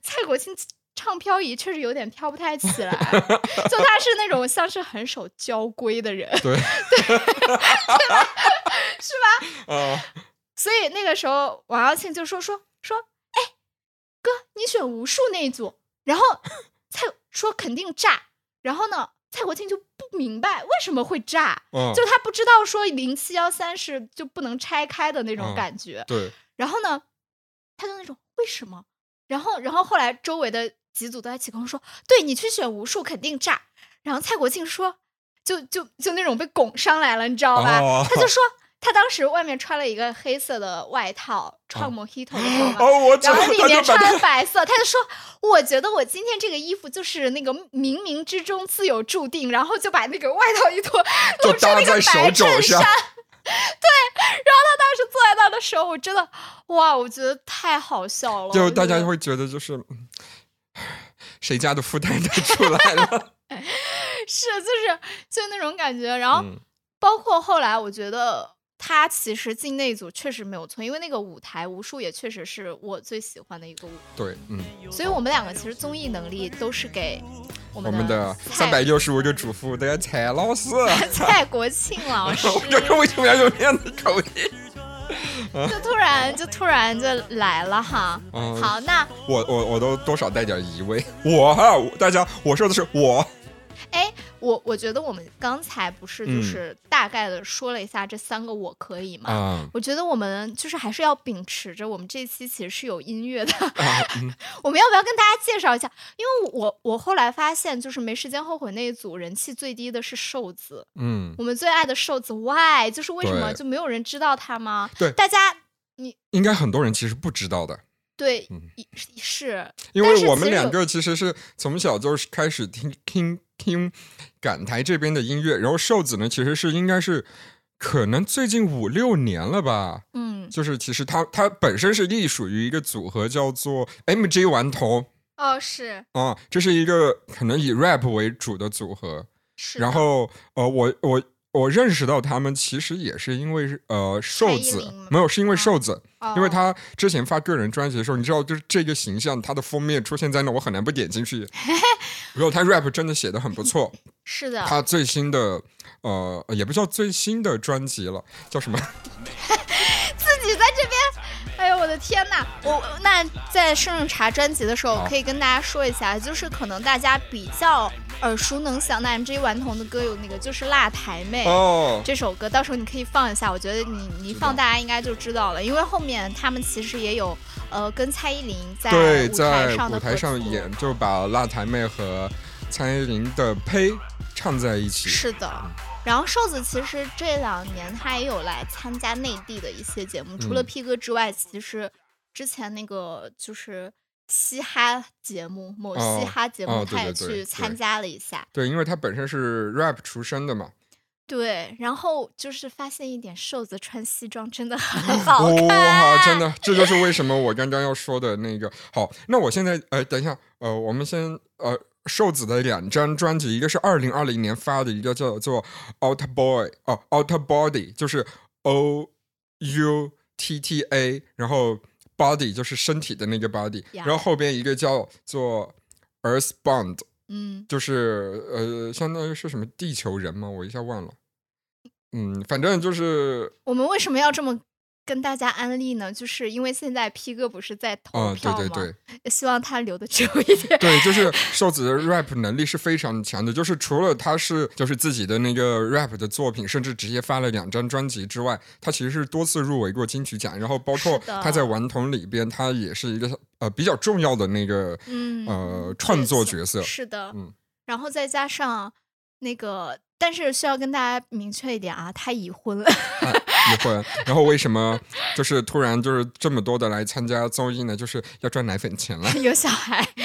S1: 蔡国庆唱漂移确实有点飘不太起来，就他是那种像是很守交规的人， <laughs>
S2: 对对，是吧？啊，
S1: 所以那个时候王耀庆就说说说，哎，哥，你选无数那一组，然后蔡说肯定炸，然后呢，蔡国庆就不明白为什么会炸。
S2: 嗯，
S1: 就是他不知道说零七幺三是就不能拆开的那种
S2: 嗯
S1: 感觉。
S2: 对，
S1: 然后呢，他就那种为什么？然后，然后后来周围的几组都在起哄说：“对你去选无数肯定炸。”然后蔡国庆说：“就就就那种被拱上来了，你知道吧？”
S2: 哦
S1: 他就说他当时外面穿了一个黑色的外套，
S2: 嗯
S1: 唱 Mojito 的时候嘛。
S2: 哦，我知
S1: 然
S2: 道，
S1: 后里
S2: 他
S1: 面
S2: 就把
S1: 穿
S2: 他
S1: 白色，他就
S2: <laughs>
S1: 说：“我觉得我今天这个衣服就是那个冥冥之中自有注定。”然后就把那个外套一脱，露
S2: 就
S1: 出
S2: 搭
S1: 那个
S2: 在手
S1: 白
S2: 肘
S1: 衬衫 <laughs>
S2: 上。，
S1: 当时坐在那儿的时候，我真的哇，我觉得太好笑了。
S2: 就
S1: 我
S2: 大家
S1: 觉得
S2: 会觉得就是嗯谁家的富太太出来
S1: <laughs>
S2: 了，
S1: 是就是就那种感觉。然后
S2: 嗯
S1: 包括后来，我觉得他其实进那一组确实没有错，因为那个舞台无数也确实是我最喜欢的一个舞台。
S2: 对，嗯，
S1: 所以我们两个其实综艺能力都是给我
S2: 我
S1: 们
S2: 们的
S1: 蔡
S2: 三百六十五个主妇的蔡老师， <laughs>
S1: 蔡国庆老师
S2: 我就说为什么要用这样的口音？
S1: 就突然就突然就来了哈。
S2: 嗯
S1: 好，那
S2: 我我我都多少带点疑问，我哈，我大家我说的是我，
S1: 哎，我我觉得我们刚才不是就是大概的说了一下这三个我可以嘛。
S2: 嗯，
S1: 我觉得我们就是还是要秉持着我们这一期其实是有音乐的，
S2: 啊嗯
S1: <laughs> 我们要不要跟大家介绍一下？因为我我后来发现，就是没时间后悔那一组人气最低的是瘦子，
S2: 嗯，
S1: 我们最爱的瘦子，why？就是为什么
S2: 对
S1: 就没有人知道他吗？
S2: 对
S1: 大家
S2: 应该很多人其实不知道的，
S1: 对、
S2: 嗯
S1: 一是
S2: 因
S1: 但是
S2: 为我
S1: 其
S2: 们
S1: 实
S2: 两
S1: 有
S2: 个其实是从小就是开始听听听港台这边的音乐，然后瘦子呢其实是应该是可能最近五六年了吧，
S1: 嗯
S2: 就是其实他他本身是隶属于一个组合叫做 MG 顽童
S1: 哦是
S2: 啊，这是一个可能以 rap 为主的组合，
S1: 是的，
S2: 然后呃我我。我认识到他们其实也是因为是呃瘦
S1: 蔡依
S2: 子
S1: 林吗，
S2: 没有是因为
S1: 啊
S2: 瘦子，
S1: 哦
S2: 因为他之前发个人专辑的时候，你知道就是这个形象，他的封面出现在那，我很难不点
S1: <laughs>
S2: 进去。然后他 rap 真的写的很不错，
S1: 是的，
S2: 他最新的呃也不叫最新的专辑了，叫什么？
S1: 自己在这边，哎呦我的天呐！我那在圣正查专辑的时候
S2: 好，
S1: 可以跟大家说一下，就是可能大家比较耳熟能详的 MJ 顽童的歌有那个就是《辣台妹》
S2: 哦，
S1: 这首歌，到时候你可以放一下，我觉得你你一放大家应该就知道了，因为后面他们其实也有呃跟蔡依林在
S2: 对，
S1: 舞
S2: 在
S1: 台上的
S2: 舞台
S1: 合
S2: 上
S1: 作
S2: 演，就把辣台妹和蔡依林的呸唱在一起。
S1: 是的。然后瘦子其实这两年他也有来参加内地的一些节目，除了
S2: 嗯
S1: P 哥之外，其实之前那个就是嘻哈节目，某
S2: 哦
S1: 嘻哈节
S2: 哦
S1: 目
S2: 对
S1: 他也
S2: 对对
S1: 去
S2: 对
S1: 参加了一下。
S2: 对，因为他本身是 rap 出身的嘛。
S1: 对，然后就是发现一点，瘦子穿西装真的很好
S2: 嗯哇、
S1: 看，
S2: 哦真。的，这就是为什么我刚刚要说的那个。好，那我现在，呃，等一下，呃，我们先，呃，瘦子的两张专辑，一个是二零二零年发的，一个叫做《Out Boy》哦，《Out Body》就是 O U T T A，然后 Body 就是身体的那个 Body，
S1: 呀
S2: 然后后边一个叫做 Earthbound，
S1: 嗯，
S2: 就是呃，相当于是什么地球人吗？我一下忘了。嗯，反正就是
S1: 我们为什么要这么跟大家安利呢？就是因为现在 P 哥不是在投
S2: 啊、对
S1: 票吗？
S2: 对对，
S1: 希望他留的久一点。
S2: 对，就是瘦子的 rap 能力是非常强的，就是除了他是就是自己的那个 rap 的作品，甚至直接发了两张专辑之外，他其实是多次入围过金曲奖，然后包括
S1: 是的
S2: 他在《顽童》里边，他也是一个呃比较重要的那个
S1: 嗯
S2: 呃创作角色
S1: 是的，
S2: 嗯
S1: 然后再加上那个，但是需要跟大家明确一点啊，他已婚了， <laughs>
S2: 离婚。然后为什么就是突然就是这么多的来参加综艺呢？就是要赚奶粉钱了。
S1: 有小孩。
S2: 嗯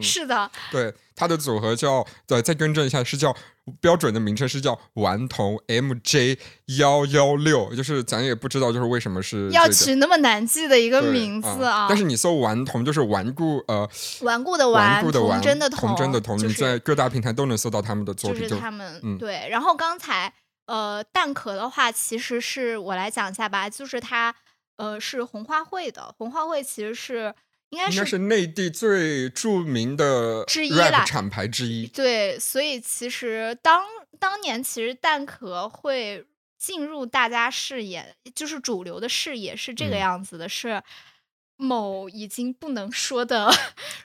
S1: 是的，
S2: 对，它的组合叫对，再更正一下，是叫标准的名称是叫顽童 MJ 幺幺六，就是咱也不知道就是为什么是、这个、
S1: 要取那么难记的一个
S2: 对
S1: 名字
S2: 啊
S1: 啊，
S2: 但是你搜顽童就是顽固呃
S1: 顽固的
S2: 顽固的顽，
S1: 童真的
S2: 童真的童，
S1: 就
S2: 你在
S1: 是
S2: 各大平台都能搜到他们的作
S1: 就
S2: 品，
S1: 是
S2: 就
S1: 他们、
S2: 嗯
S1: 对。然后刚才呃蛋壳的话，其实是我来讲一下吧，就是他呃是红花会的，红花会其实是应该
S2: 应
S1: 是
S2: 该是内地最著名的
S1: 之一
S2: rap
S1: 啦
S2: 厂牌之一。
S1: 对，所以其实当当年其实蛋壳会进入大家视野，就是主流的视野是这个
S2: 嗯
S1: 样子的，是某已经不能说的
S2: <laughs>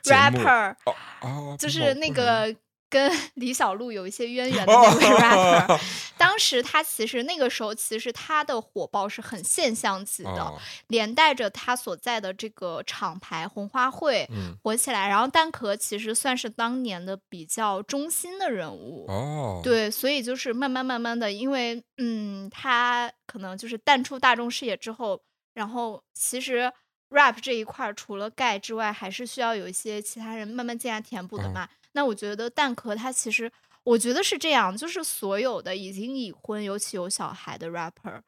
S2: 节目
S1: rapper，
S2: 哦哦，
S1: 就是
S2: 不
S1: 那
S2: 能
S1: 个跟 <laughs> 李小璐有一些渊源的那位 rapper。
S2: 哦
S1: 当时他其实那个时候，其实他的火爆是很现象级的，
S2: 哦
S1: 连带着他所在的这个厂牌红花会。
S2: 嗯
S1: 火起来，然后蛋壳其实算是当年的比较中心的人物，
S2: 哦，
S1: 对，所以就是慢慢慢慢的，因为嗯，他可能就是淡出大众视野之后，然后其实 rap 这一块儿除了盖之外，还是需要有一些其他人慢慢进来填补的
S2: 嗯
S1: 嘛。那我觉得蛋壳他其实，我觉得是这样，就是所有的已经已婚，尤其有小孩的 rapper，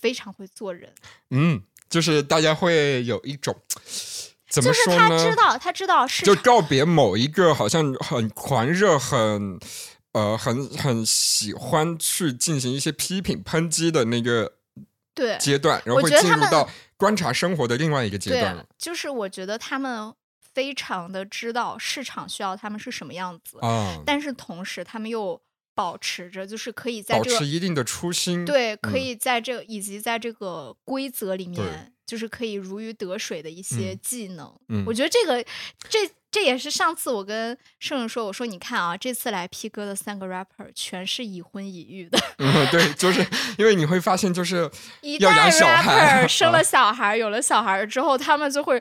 S1: 非常会做人，
S2: 嗯，就是大家会有一种怎么
S1: 就是
S2: 说
S1: 他
S2: 呢？
S1: 知道，他知道市
S2: 就
S1: 场
S2: 告别某一个好像很狂热、很呃、很很喜欢去进行一些批评、抨击的那个
S1: 对
S2: 阶段，然后
S1: 我
S2: 会
S1: 觉得
S2: 进
S1: 他
S2: 入
S1: 们
S2: 到观察生活的另外一个阶段
S1: 对啊
S2: 了，
S1: 就是我觉得他们非常的知道市场需要他们是什么样子。
S2: 啊，
S1: 但是同时他们又保持着，就是可以在
S2: 保
S1: 这个
S2: 持一定的初心。
S1: 对，可
S2: 嗯
S1: 以在这个以及在这个规则里
S2: 对
S1: 面，就是可以如鱼得水的一些
S2: 嗯
S1: 技能。
S2: 嗯
S1: 我觉得这个这这也是上次我跟圣人说，我说你看啊，这次来 P 哥的三个 rapper 全是已婚已育的，
S2: 嗯， <laughs> 对，就是因为你会发现，就是
S1: 一
S2: 要
S1: 旦
S2: 养小孩啊
S1: rapper 生了小孩，有了小孩之后，他们就会。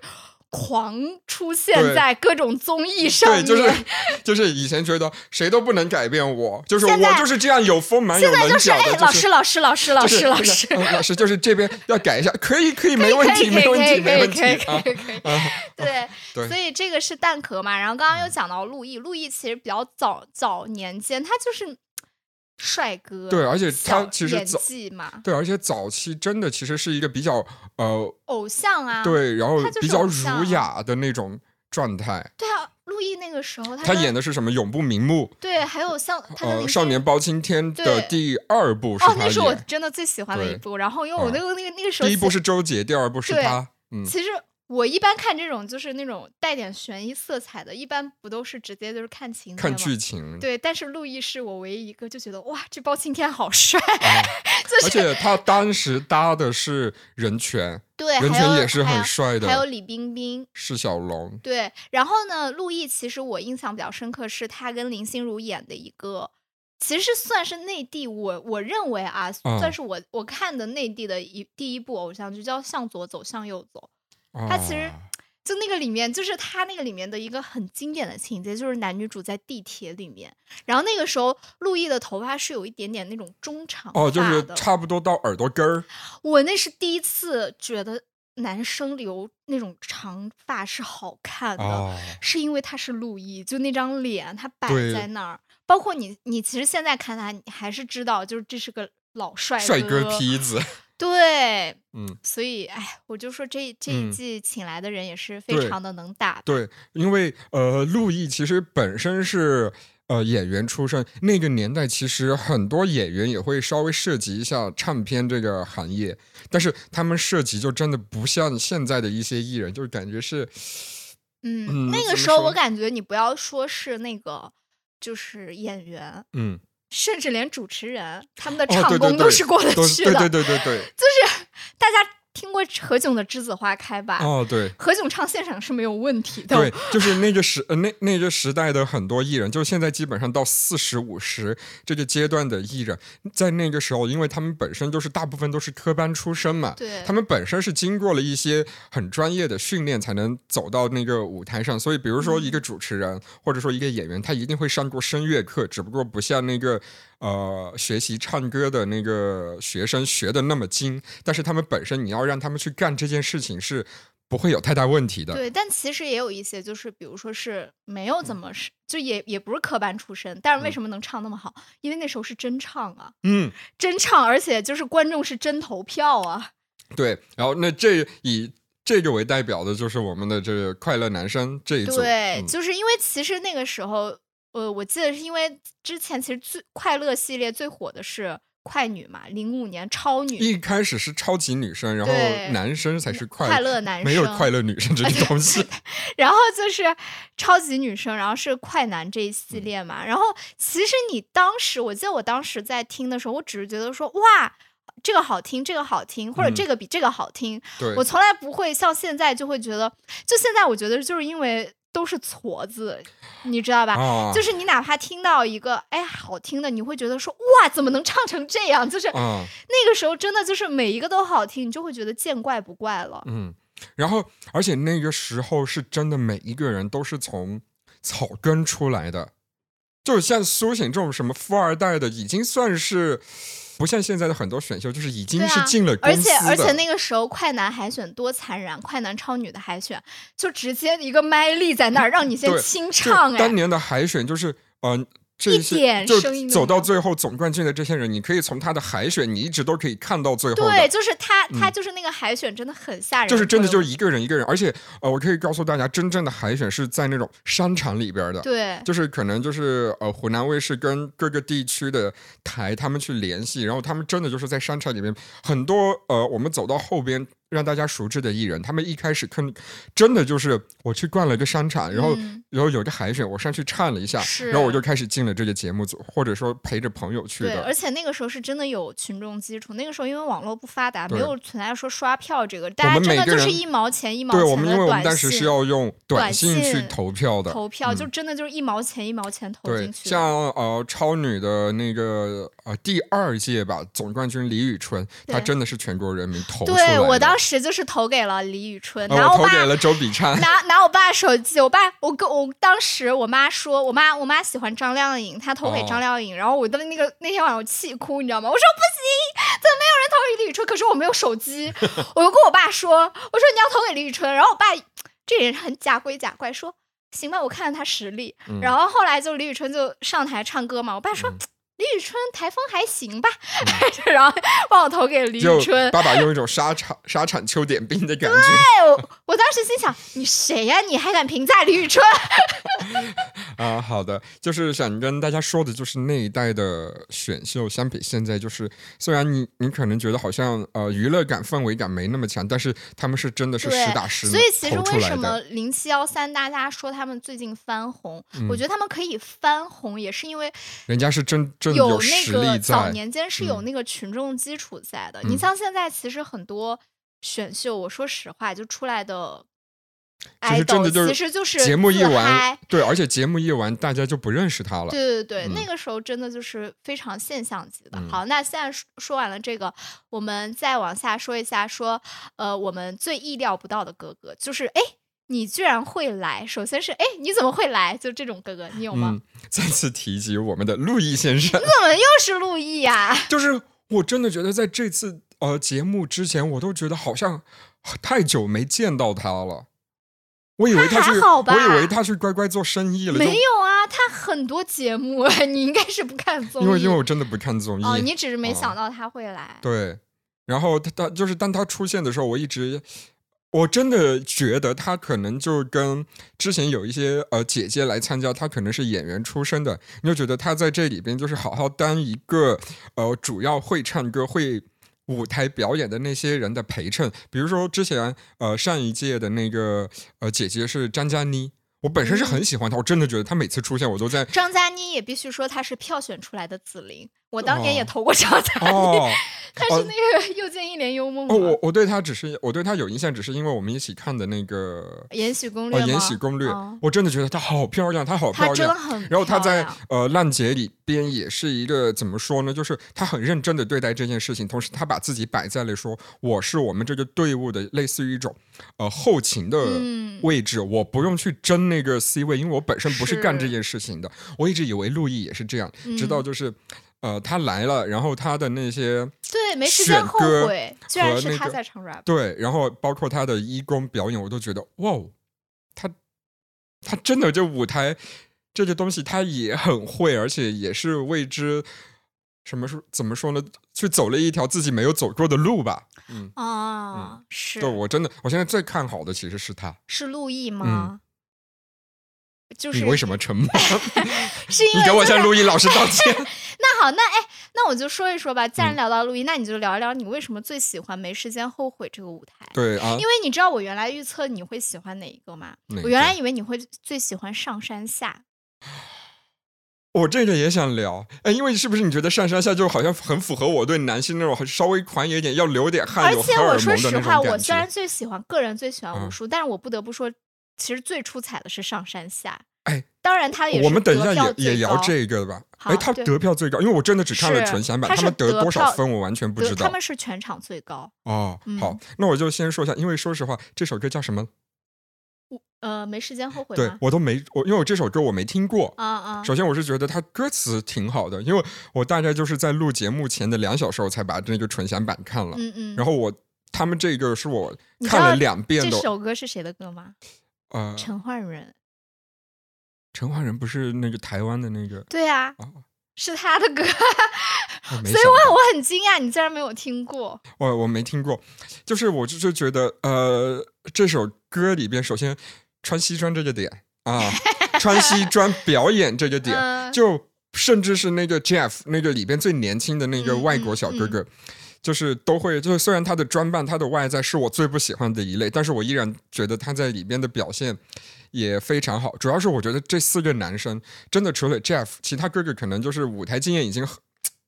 S1: 狂出现
S2: 对
S1: 在各种综艺上
S2: 对，
S1: 面，
S2: 就是 <laughs> 就是以前觉得谁都不能改变我，就是
S1: 现在
S2: 我就是这样有丰满有
S1: 现在
S2: 棱
S1: 就是
S2: 角
S1: 哎
S2: 的，，
S1: 老
S2: 就是
S1: 师，老师，老师，老
S2: 就是
S1: 师，老
S2: 就是
S1: 师，
S2: 嗯老师就是这边要改一下，可以可以，没 <laughs> 问
S1: 可以
S2: 题没问题没问题
S1: 可以可
S2: 啊
S1: 以可以可以可以。
S2: 啊！
S1: 对，
S2: 对嗯
S1: 所以这个是蛋壳嘛。然后刚刚又讲到陆毅，陆毅其实比较早早年间，他就是帅哥，
S2: 对而且他
S1: 小
S2: 其实
S1: 演
S2: 早
S1: 技嘛，
S2: 对，而且早期真的其实是一个比较呃，
S1: 偶像啊，
S2: 对，然后
S1: 他就是
S2: 比较
S1: 偶像啊
S2: 儒雅的那种状态。
S1: 对啊，陆毅那个时候他
S2: 他
S1: 跟
S2: 演的是什么《永不瞑目》？
S1: 对，还有像他跟林
S2: 呃，
S1: 心
S2: 少年包青天的
S1: 对
S2: 第二部是
S1: 哦，
S2: 他
S1: 那是我
S2: 演，
S1: 真的最喜欢的一
S2: 对嗯
S1: 部。然后因为我那个那个那个时候
S2: 第一部
S1: 其实
S2: 是周杰，第二部是
S1: 对
S2: 他。嗯，
S1: 其实我一般看这种就是那种带点悬疑色彩的，一般不都是直接就是看情节
S2: 看
S1: 吗
S2: 剧情，
S1: 对，但是陆毅是我唯一一个就觉得哇，这包青天好帅，
S2: 啊
S1: <laughs> 就是
S2: 而且他当时搭的是任泉，
S1: 对，
S2: 任
S1: 还
S2: 泉
S1: 有
S2: 也是
S1: 还
S2: 很
S1: 有
S2: 帅
S1: 还有
S2: 的，
S1: 李冰冰，
S2: 释小龙。
S1: 对。然后呢，陆毅其实我印象比较深刻是他跟林心如演的一个，其实算是内地我我认为啊，
S2: 嗯
S1: 算是我我看的内地的一第一部偶像剧，叫《向左走，向右走》。他其实
S2: 啊
S1: 就那个里面，就是他那个里面的一个很经典的情节，就是男女主在地铁里面，然后那个时候陆毅的头发是有一点点那种中长
S2: 哦，就是
S1: 发的
S2: 差不多到耳朵根儿，
S1: 我那是第一次觉得男生留那种长发是好看的，
S2: 哦
S1: 是因为他是陆毅，就那张脸他摆
S2: 对
S1: 在那儿，包括你，你其实现在看他，你还是知道，就是这是个老帅
S2: 帅
S1: 哥
S2: 哥坯子， <laughs>
S1: 对，
S2: 嗯，
S1: 所以哎，我就说这这一
S2: 嗯
S1: 季请来的人也是非
S2: 对
S1: 常的能打的
S2: 对，因为呃，陆毅其实本身是呃演员出身，那个年代其实很多演员也会稍微涉及一下唱片这个行业，但是他们涉及就真的不像现在的一些艺人，就是感觉是
S1: 嗯，
S2: 嗯
S1: 那
S2: 怎么
S1: 个时候
S2: 说
S1: 我感觉你不要说是那个，就是演员，
S2: 嗯，
S1: 甚至连主持人他们的
S2: 哦，
S1: 唱
S2: 对对
S1: 功
S2: 对，
S1: 是过得
S2: 都
S1: 去
S2: 对
S1: 的。
S2: 对对对
S1: <laughs>
S2: 对，
S1: 就是大家听过何炅的《栀子花开》吧？
S2: 哦对。
S1: 何炅唱现场是没有问题的。
S2: 对，就是那个时呃那那个时代的很多艺人，就现在基本上到四十五十这个阶段的艺人，在那个时候，因为他们本身就是大部分都是科班出身嘛，
S1: 对
S2: 他们本身是经过了一些很专业的训练才能走到那个舞台上，所以比如说一
S1: 嗯
S2: 个主持人、或者说一个演员，他一定会上过声乐课，只不过不像那个呃学习唱歌的那个学生学的那么精，但是他们本身你要让他们去干这件事情是不会有太大问题的。
S1: 对但其实也有一些，就是比如说是没有怎么是，就也也不是科班出身，但是为
S2: 嗯
S1: 什么能唱那么好？因为那时候是真唱啊，
S2: 嗯，
S1: 真唱，而且就是观众是真投票啊。
S2: 对。然后那这以这个为代表的就是我们的这个快乐男生这一组，
S1: 对，
S2: 嗯
S1: 就是因为其实那个时候，呃，我记得是因为之前其实最快乐系列最火的是快女嘛，零五年超女
S2: 嗯一开始是超级女生，然后
S1: 对
S2: 男生才是快
S1: 快乐男生，
S2: 没有快乐女生这个
S1: <laughs>
S2: 东西。
S1: 然后就是超级女生，然后是快男这一
S2: 嗯
S1: 系列嘛。然后其实你当时，我记得我当时在听的时候，我只是觉得说哇。这个好听，这个好听，或者
S2: 嗯
S1: 这个比这个好听。
S2: 对
S1: 我，从来不会像现在就会觉得，就现在我觉得就是因为都是矬子，你知道吧？
S2: 啊，
S1: 就是你哪怕听到一个哎好听的，你会觉得说哇怎么能唱成这样？就是
S2: 啊，
S1: 那个时候真的就是每一个都好听，你就会觉得见怪不怪了。
S2: 嗯。然后，而且那个时候是真的，每一个人都是从草根出来的，就是像苏醒这种什么富二代的，已经算是不像现在的很多选秀，就是已经
S1: 对
S2: 是
S1: 啊
S2: 进了公
S1: 而
S2: 司
S1: 且
S2: 的。
S1: 而且那个时候快男海选多残忍，快男超女的海选就直接一个麦立在那儿让你先
S2: 对
S1: 清
S2: 就
S1: 唱哎
S2: 当，年的海选就是，呃，这
S1: 一
S2: 些
S1: 点
S2: 就
S1: 声音都
S2: 走
S1: 没
S2: 到
S1: 有
S2: 最后总冠军的这些人，你可以从他的海选，你一直都可以看到最后的。
S1: 对，就是他他
S2: 嗯
S1: 就是那个海选真的很吓人，
S2: 就是真的
S1: 会
S2: 就
S1: 有
S2: 是一个人一个人，而且呃，我可以告诉大家，真正的海选是在那种商场里边的，
S1: 对
S2: 就是可能就是呃，湖南卫视跟各个地区的台他们去联系，然后他们真的就是在商场里面，很多呃，我们走到后边让大家熟知的艺人，他们一开始看真的就是我去逛了个商场，然后、
S1: 嗯
S2: 然后有个海选，我上去唱了一下，
S1: 是
S2: 然后我就开始进了这个节目组，或者说陪着朋友去
S1: 对，
S2: 的
S1: 而。且那个时候是真的有群众基础，那个时候因为网络不发达，
S2: 对
S1: 没有存在说刷票这个，
S2: 我
S1: 大家
S2: 们
S1: 真
S2: 每
S1: 的
S2: 个
S1: 就是
S2: 人
S1: 一毛钱一毛
S2: 对
S1: 钱的
S2: 我们，因为我
S1: 短
S2: 们当时是
S1: 信
S2: 要用短
S1: 短
S2: 信去
S1: 信
S2: 投票的，
S1: 投票，就
S2: 嗯
S1: 真的就是一毛钱一毛钱投
S2: 对
S1: 进，去的。
S2: 像呃超女的那个呃第二届吧，总冠军李宇春，她
S1: 对
S2: 真的是全国人民投出来
S1: 对
S2: 的。
S1: 我当时就是投给了李宇春，
S2: 呃
S1: 然
S2: 我
S1: 后
S2: 投
S1: 我爸
S2: 给了周
S1: <laughs>
S2: 笔畅。 <laughs>
S1: 拿拿我爸手机，我爸我跟我当时我妈说，我妈我妈喜欢张靓颖，她投给
S2: 哦
S1: 张靓颖，然后我的那个那天晚上我气哭，你知道吗？我说不行，怎么没有人投给李宇春？可是我没有手
S2: <laughs>
S1: 机，我就跟我爸说，我说你要投给李宇春，然后我爸这人很假规假怪说。行吧，我看看她实力。
S2: 嗯
S1: 然后后来就李宇春就上台唱歌嘛，我爸说、李宇春台风还行吧， <laughs> 然后帮我投给李
S2: 嗯就
S1: 宇春。
S2: 爸爸用一种沙场沙场秋点兵的感觉，
S1: 哎，我我当时心想，你谁呀、你还敢评价李宇春？
S2: 啊，好的，就是想跟大家说的，就是那一代的选秀，相比现在，就是虽然你你可能觉得好像呃娱乐感、氛围感没那么强，但是他们是真的是
S1: 对
S2: 实打实
S1: 所以其实
S2: 投出
S1: 为
S2: 来
S1: 什
S2: 的
S1: 么零七幺三大家说他们最近翻红，我
S2: 嗯
S1: 觉得他们可以翻红，也是因为
S2: 人家是真正
S1: 有那
S2: 实
S1: 个
S2: 力
S1: 早
S2: 在，
S1: 年间是有
S2: 嗯
S1: 那个群众基础在的。
S2: 嗯
S1: 你像现在其实很多选秀，我说实话，就出来的
S2: 其实真
S1: idol
S2: 的就是
S1: 其实就是
S2: 节目一
S1: 自
S2: 完
S1: 嗨，
S2: 对，而且节目一完，大家就不认识他了。
S1: 对对对，
S2: 嗯
S1: 那个时候真的就是非常现象级的。
S2: 嗯
S1: 好，那现在说说完了这个，我们再往下说一下说，呃，我们最意料不到的哥哥，就是哎，你居然会来。首先是哎，你怎么会来？就这种哥哥，你有吗？
S2: 嗯，再次提及我们的陆毅先生，
S1: <laughs> 怎么又是陆毅呀、
S2: 就是我真的觉得在这次呃节目之前，我都觉得好像太久没见到他了。我以为
S1: 他还
S2: 去，
S1: 好吧
S2: 我以为他去乖乖做生意了，就
S1: 没有啊，他很多节目， <laughs> 你应该是不看综艺，
S2: 因为因为我真的不看综艺。 <laughs>
S1: 哦，你只是没
S2: 哦
S1: 想到他会来。
S2: 对，然后他他就是当他出现的时候，我一直我真的觉得他可能就跟之前有一些呃姐姐来参加，她可能是演员出身的，你就觉得她在这里边就是好好当一个呃主要会唱歌会。舞台表演的那些人的陪衬，比如说之前呃上一届的那个呃姐姐是张嘉倪，我本身是很喜欢她，我真的觉得她每次出现我
S1: <laughs>
S2: 都在
S1: 张嘉倪也必须说她是票选出来的紫菱，我当年也
S2: 哦
S1: 投过张嘉倪，
S2: 哦，
S1: 她
S2: 哦
S1: 是那个 <laughs> 又见一帘幽梦嘛
S2: 哦，我我对他只是我对他有印象，只是因为我们一起看的那个
S1: 《延禧攻
S2: 呃
S1: 略》
S2: 《
S1: 吗？
S2: 延禧攻略》
S1: 哦
S2: 我真的觉得她好漂亮，她好
S1: 她
S2: 漂
S1: 真的
S2: 亮。
S1: 很漂亮。
S2: 然后她在呃浪姐里边也是一个怎么说呢？就是她很认真的对待这件事情，同时她把自己摆在了说我是我们这个队伍的类似于一种呃后勤的
S1: 嗯
S2: 位置，我不用去争那个 C 位，因为我本身不是干这
S1: 是
S2: 件事情的。我一直以为陆毅也是这样，直到
S1: 嗯
S2: 就是呃他来了，然后他的那些
S1: 对没时
S2: 选
S1: 间后
S2: 歌
S1: 悔，居然
S2: 和
S1: 是
S2: 那
S1: 她
S2: 个
S1: 在唱 rap。
S2: 对，然后包括他的义工表演，我都觉得哇哦，他他真的这舞台这些东西他也很会，而且也是为之什么说怎么说呢？去走了一条自己没有走过的路吧。嗯，
S1: 啊，是
S2: 对我真的，我现在最看好的其实是他。
S1: 是陆毅吗？就是
S2: 你为什么
S1: <laughs>
S2: 沉默？
S1: 是因
S2: 你
S1: 为
S2: 给我
S1: 就是
S2: 向陆毅老师道歉。
S1: 那好，那哎，那我就说一说吧。
S2: 嗯
S1: 既然聊到陆毅，那你就聊一聊你为什么最喜欢《没时间后悔》这个舞台。
S2: 对啊
S1: <laughs> 因，为你知道我原来预测你会喜欢哪一个吗？
S2: 哪
S1: 我原
S2: 个
S1: 来以为你会最喜欢上山下，
S2: 我这个也想聊。哎，因为是不是你觉得上山下就好像很符合我对男性那种稍微狂野一点，要流点汗，
S1: 而
S2: 有
S1: 且
S2: 荷
S1: 我
S2: 尔
S1: 说
S2: 蒙的
S1: 实
S2: 那种
S1: 话，
S2: 感觉？
S1: 我虽然最喜欢个人最喜欢武
S2: 嗯
S1: 术，但是我不得不说，其实最出彩的是上山下。
S2: 哎，
S1: 当然他也是
S2: 我们等一
S1: 得
S2: 下
S1: 票
S2: 也也
S1: 最
S2: 聊
S1: 高
S2: 这个吧。
S1: 好
S2: 哎，他
S1: 对
S2: 得票最高，因为我真的只看了
S1: 是
S2: 纯享版，
S1: 他
S2: 他
S1: 是
S2: 们
S1: 得
S2: 多少
S1: 票
S2: 分我完全不
S1: 得
S2: 知
S1: 他
S2: 道
S1: 们。是全场最高。
S2: 哦，
S1: 嗯
S2: 好，那我就先说一下，因为说实话，这首歌叫什么？
S1: 呃，没时间后悔
S2: 对
S1: 吗？
S2: 我都没，我因为我这首歌我没听过。
S1: 啊啊，
S2: 首先，我是觉得它歌词挺好的，因为我大概就是在录节目前的两小时，我才把这个纯享版看了。
S1: 嗯嗯。
S2: 然后我他们这个是我
S1: 你知
S2: 看了
S1: 道
S2: 两遍
S1: 这
S2: 的，
S1: 首歌是谁的歌吗？
S2: 呃，
S1: 陈奂仁。
S2: 陈奂仁不是那个台湾的那个，
S1: 对啊，
S2: 哦
S1: 是他的歌，
S2: 我没
S1: 所以
S2: 想到
S1: 我我很惊讶，你竟然没有听过。
S2: 我我没听过，就是我就就觉得，呃，这首歌里边，首先穿西装这个点啊，穿西装表演这个点，
S1: 嗯，
S2: 就甚至是那个 Jeff 那个里边最年轻的那个
S1: 嗯
S2: 外
S1: 嗯
S2: 国小哥
S1: 嗯
S2: 哥，就是都会，就是虽然他的装扮、他的外在是我最不喜欢的一类，但是我依然觉得他在里边的表现也非常好。主要是我觉得这四个男生真的除了 Jeff，其他哥哥可能就是舞台经验已经很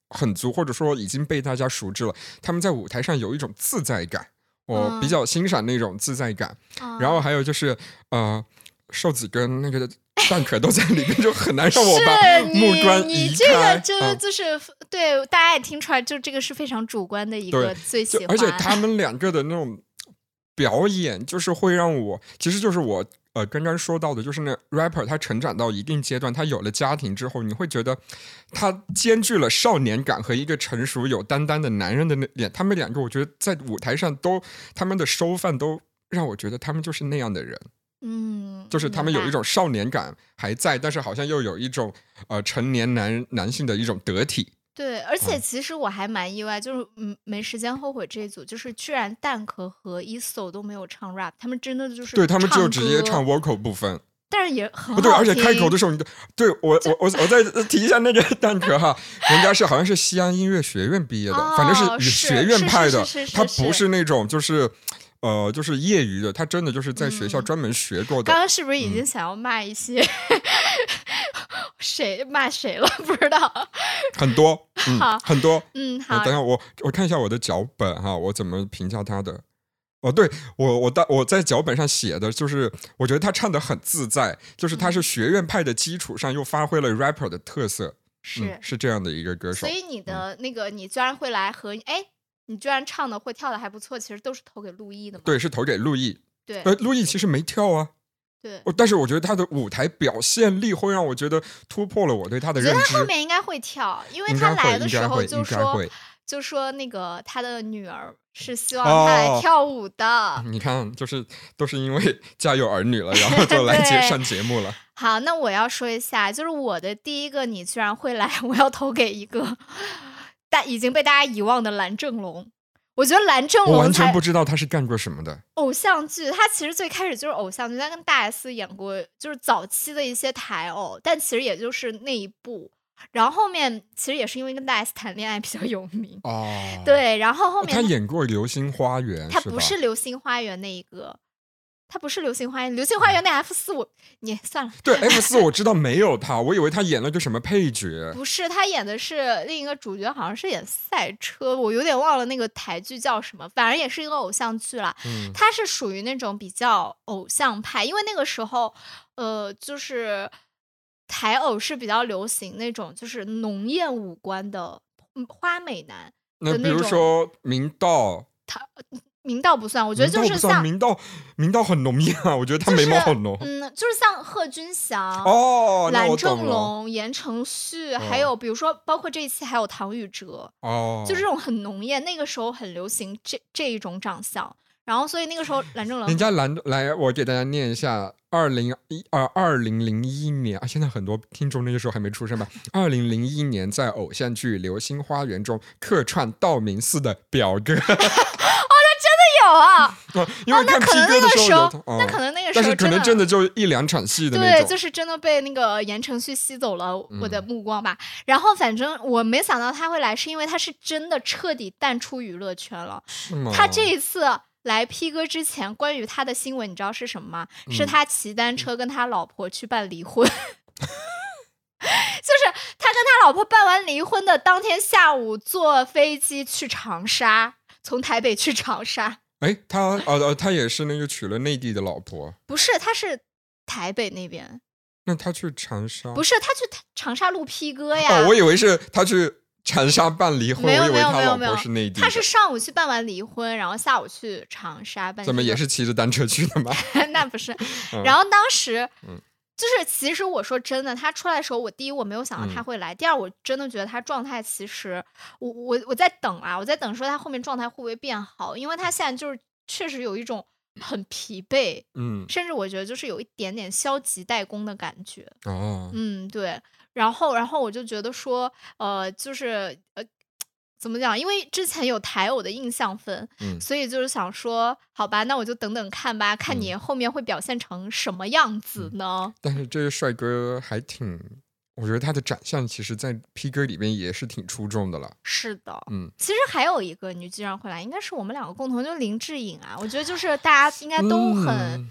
S2: 很足，或者说已经被大家熟知了。他们在舞台上有一种自在感，我
S1: 嗯
S2: 比较欣赏那种自在感。
S1: 啊
S2: 然后还有就是呃，瘦子跟那个蛋壳都在里面，就很难 <laughs> 让我
S1: 是
S2: 把
S1: 你
S2: 目光
S1: 你
S2: 移
S1: 这
S2: 开。
S1: 个真的
S2: 嗯
S1: 就是、对大家也听出来，就这个是非常主观的一个
S2: 对
S1: 最喜
S2: 就
S1: 欢。
S2: 而且他们两个的那种表演，就是会让我，其实就是我呃刚刚说到的，就是那 rapper 他成长到一定阶段，他有了家庭之后，你会觉得他兼具了少年感和一个成熟有担当的男人的那脸。他们两个，我觉得在舞台上都他们的收放都让我觉得他们就是那样的人。
S1: 嗯，
S2: 就是他们有一种少年感还在，但是好像又有一种呃成年男男性的一种得体。
S1: 对，而
S2: 嗯
S1: 且其实我还蛮意外，就是嗯，没时间后悔这一组，就是居然蛋壳和 e s o 都没有唱 rap，他们真的就是
S2: 对他们只有
S1: 唱
S2: 直接
S1: 歌
S2: 唱 vocal 部分，
S1: 但是也很
S2: 不对，
S1: 好
S2: 而且开头
S1: 听
S2: 的时候，你的对我我我我再提一下那个 <laughs> 蛋壳哈，人家是好像是西安音乐学院毕业的，反正
S1: 哦
S2: 是
S1: 是
S2: 学院
S1: 是
S2: 派
S1: 是
S2: 的
S1: 是，是
S2: 他
S1: 是
S2: 不
S1: 是
S2: 是那种就是呃就是业余的，他真的就是在学校专门学过的
S1: 嗯刚。刚是不是
S2: 嗯
S1: 已经想要骂一些、 <laughs> 谁骂谁了？ <laughs> 不知道。
S2: 很
S1: <laughs>
S2: 多，嗯
S1: 好，
S2: 很多。
S1: 嗯，
S2: 我
S1: 好
S2: 等一，下我我看一下我的脚本哈，我怎么评价他的。哦，对我我当我在脚本上写的就是，我觉得他唱的很自在，就是他是
S1: 嗯
S2: 学院派的基础上又发挥了 rapper 的特色，嗯
S1: 是，。
S2: 是这样的一个歌手
S1: 所。以你的那个，你居然会来和哎，你居然唱的会跳的还不错，其实都是投给陆毅的嘛。
S2: 对，是投给陆毅，
S1: 对
S2: 呃，陆毅其实没跳啊，
S1: 对，
S2: 哦但是我觉得他的舞台表现力会让我觉得突破了我对他的
S1: 我觉
S2: 认
S1: 得他后
S2: 知。
S1: 面应该会跳，因为
S2: 应
S1: 他
S2: 该
S1: 来
S2: 会，
S1: 的
S2: 应
S1: 时
S2: 该
S1: 候
S2: 会，
S1: 就
S2: 应该
S1: 说
S2: 会。
S1: 就说那个他的女儿是希望他来
S2: 哦嗯
S1: 跳舞的。
S2: 你看，就是都是因为 <laughs> 《家有儿女》了，然后就来接
S1: 对
S2: 上节目了。
S1: 好，那我要说一下，就是我的第一个，你居然会来，我要投给一个大已经被大家遗忘的蓝正龙。我觉得蓝正
S2: 我
S1: 龙
S2: 完全
S1: 才
S2: 不知道他是干过什么的。
S1: 偶像剧，他其实最开始就是偶像剧，他跟大 S 演过就是早期的一些台偶，但其实也就是那一部。然后后面其实也是因为跟大 S 谈恋爱比较有名，
S2: 哦，
S1: 对。然后后
S2: 哦，
S1: 面
S2: 他演过《流星花园》
S1: 他
S2: 是
S1: 不
S2: 吧？
S1: 是《流星花园》那一个，他不是《流星花园》，《流星花园》
S2: 嗯
S1: 那 F 四我你 <laughs> 算了，
S2: 对 F 四我知道没有他，我以为他演了个什么配角。
S1: 不是他演的是另一个主角，好像是演赛车，我有点忘了那个台剧叫什么，反正也是一个偶像剧啦。
S2: 嗯，
S1: 他是属于那种比较偶像派，因为那个时候，呃，就是台偶是比较流行那种就是浓艳五官的嗯花美男，
S2: 那
S1: 的
S2: 比
S1: 那
S2: 如
S1: 种
S2: 说明道，
S1: 明道不算，我
S2: 我
S1: 觉得就是像
S2: 明道，明道很浓艳啊，我觉得他
S1: 就
S2: 眉
S1: 是
S2: 毛很浓。
S1: 嗯，就是像贺军翔。
S2: 哦，那
S1: 蓝
S2: 我懂
S1: 正
S2: 了。
S1: 龙、言承旭，
S2: 哦
S1: 还有比如说，包括这一期还有唐禹哲，
S2: 哦，
S1: 就这种很浓艳，那个时候很流行这这一种长相，然后所以那个时候蓝正龙
S2: 人家蓝来，我给大家念一下。二零一呃，二零零一年啊，现在很多听众那个时候还没
S1: <laughs>
S2: 出生吧。二零零一年在偶像剧《流星花园》中客串道明寺的表
S1: <laughs>
S2: 哥，
S1: 有啊，
S2: 因为
S1: 那
S2: 看
S1: 可
S2: P
S1: 能
S2: 哥
S1: 那
S2: 的
S1: 个
S2: 时
S1: 时
S2: 候
S1: 候
S2: 有他，，
S1: 那
S2: 嗯
S1: 可能那个时
S2: 但
S1: 候
S2: 是可能真
S1: 的。
S2: 的就一两场戏的那
S1: 对，
S2: 种，嗯
S1: 就是真的被那个言承旭吸走了我的目光吧。然后反正我没想到他会来，是因为他是真的彻底淡出娱乐圈了。
S2: 是吗？
S1: 他这一次来 P 哥之前，关于他的新闻你知道是什么吗？是
S2: 嗯
S1: 他骑单车跟他老婆去办离婚。 <laughs> 就是他跟他老婆办完离婚的当天下午，坐飞机去长沙，从台北去长沙，
S2: 哎，他呃呃，他也是那个娶了内地的老婆，
S1: 不是，他是台北那边，
S2: 那他去长沙
S1: 不是他去长沙录 P 哥呀。
S2: 哦哦，我以为是他去长沙办离婚，
S1: 没有
S2: 我以为
S1: 没有
S2: 他
S1: 没有
S2: 老
S1: 没有
S2: 婆是内地的，
S1: 他是上午去办完离婚，然后下午去长沙办。
S2: 怎么也？是骑着单车
S1: <laughs>
S2: 去的吗？
S1: 那不是
S2: <laughs> 嗯。
S1: 然后当时
S2: 嗯，
S1: 就是其实我说真的，他出来的时候，我第一我没有想到他
S2: 嗯
S1: 会来，第二我真的觉得他状态其实，我我我在等啊，我在等说他后面状态会不会变好，因为他现在就是确实有一种很疲惫，
S2: 嗯，
S1: 甚至我觉得就是有一点点消极怠工的感觉。
S2: 哦，
S1: 嗯，对。然后，然后我就觉得说，呃，就是呃，怎么讲？因为之前有台偶的印象分，
S2: 嗯
S1: 所以就是想说，好吧，那我就等等看吧，看
S2: 嗯
S1: 你后面会表现成什么样子呢？
S2: 但是这个帅哥还挺，我觉得他的长相其实，在 P 哥里边也是挺出众的了。
S1: 是的，
S2: 嗯，
S1: 其实还有一个你居然会来，应该是我们两个共同，就是林志颖啊。我觉得就是大家应该都很，
S2: 嗯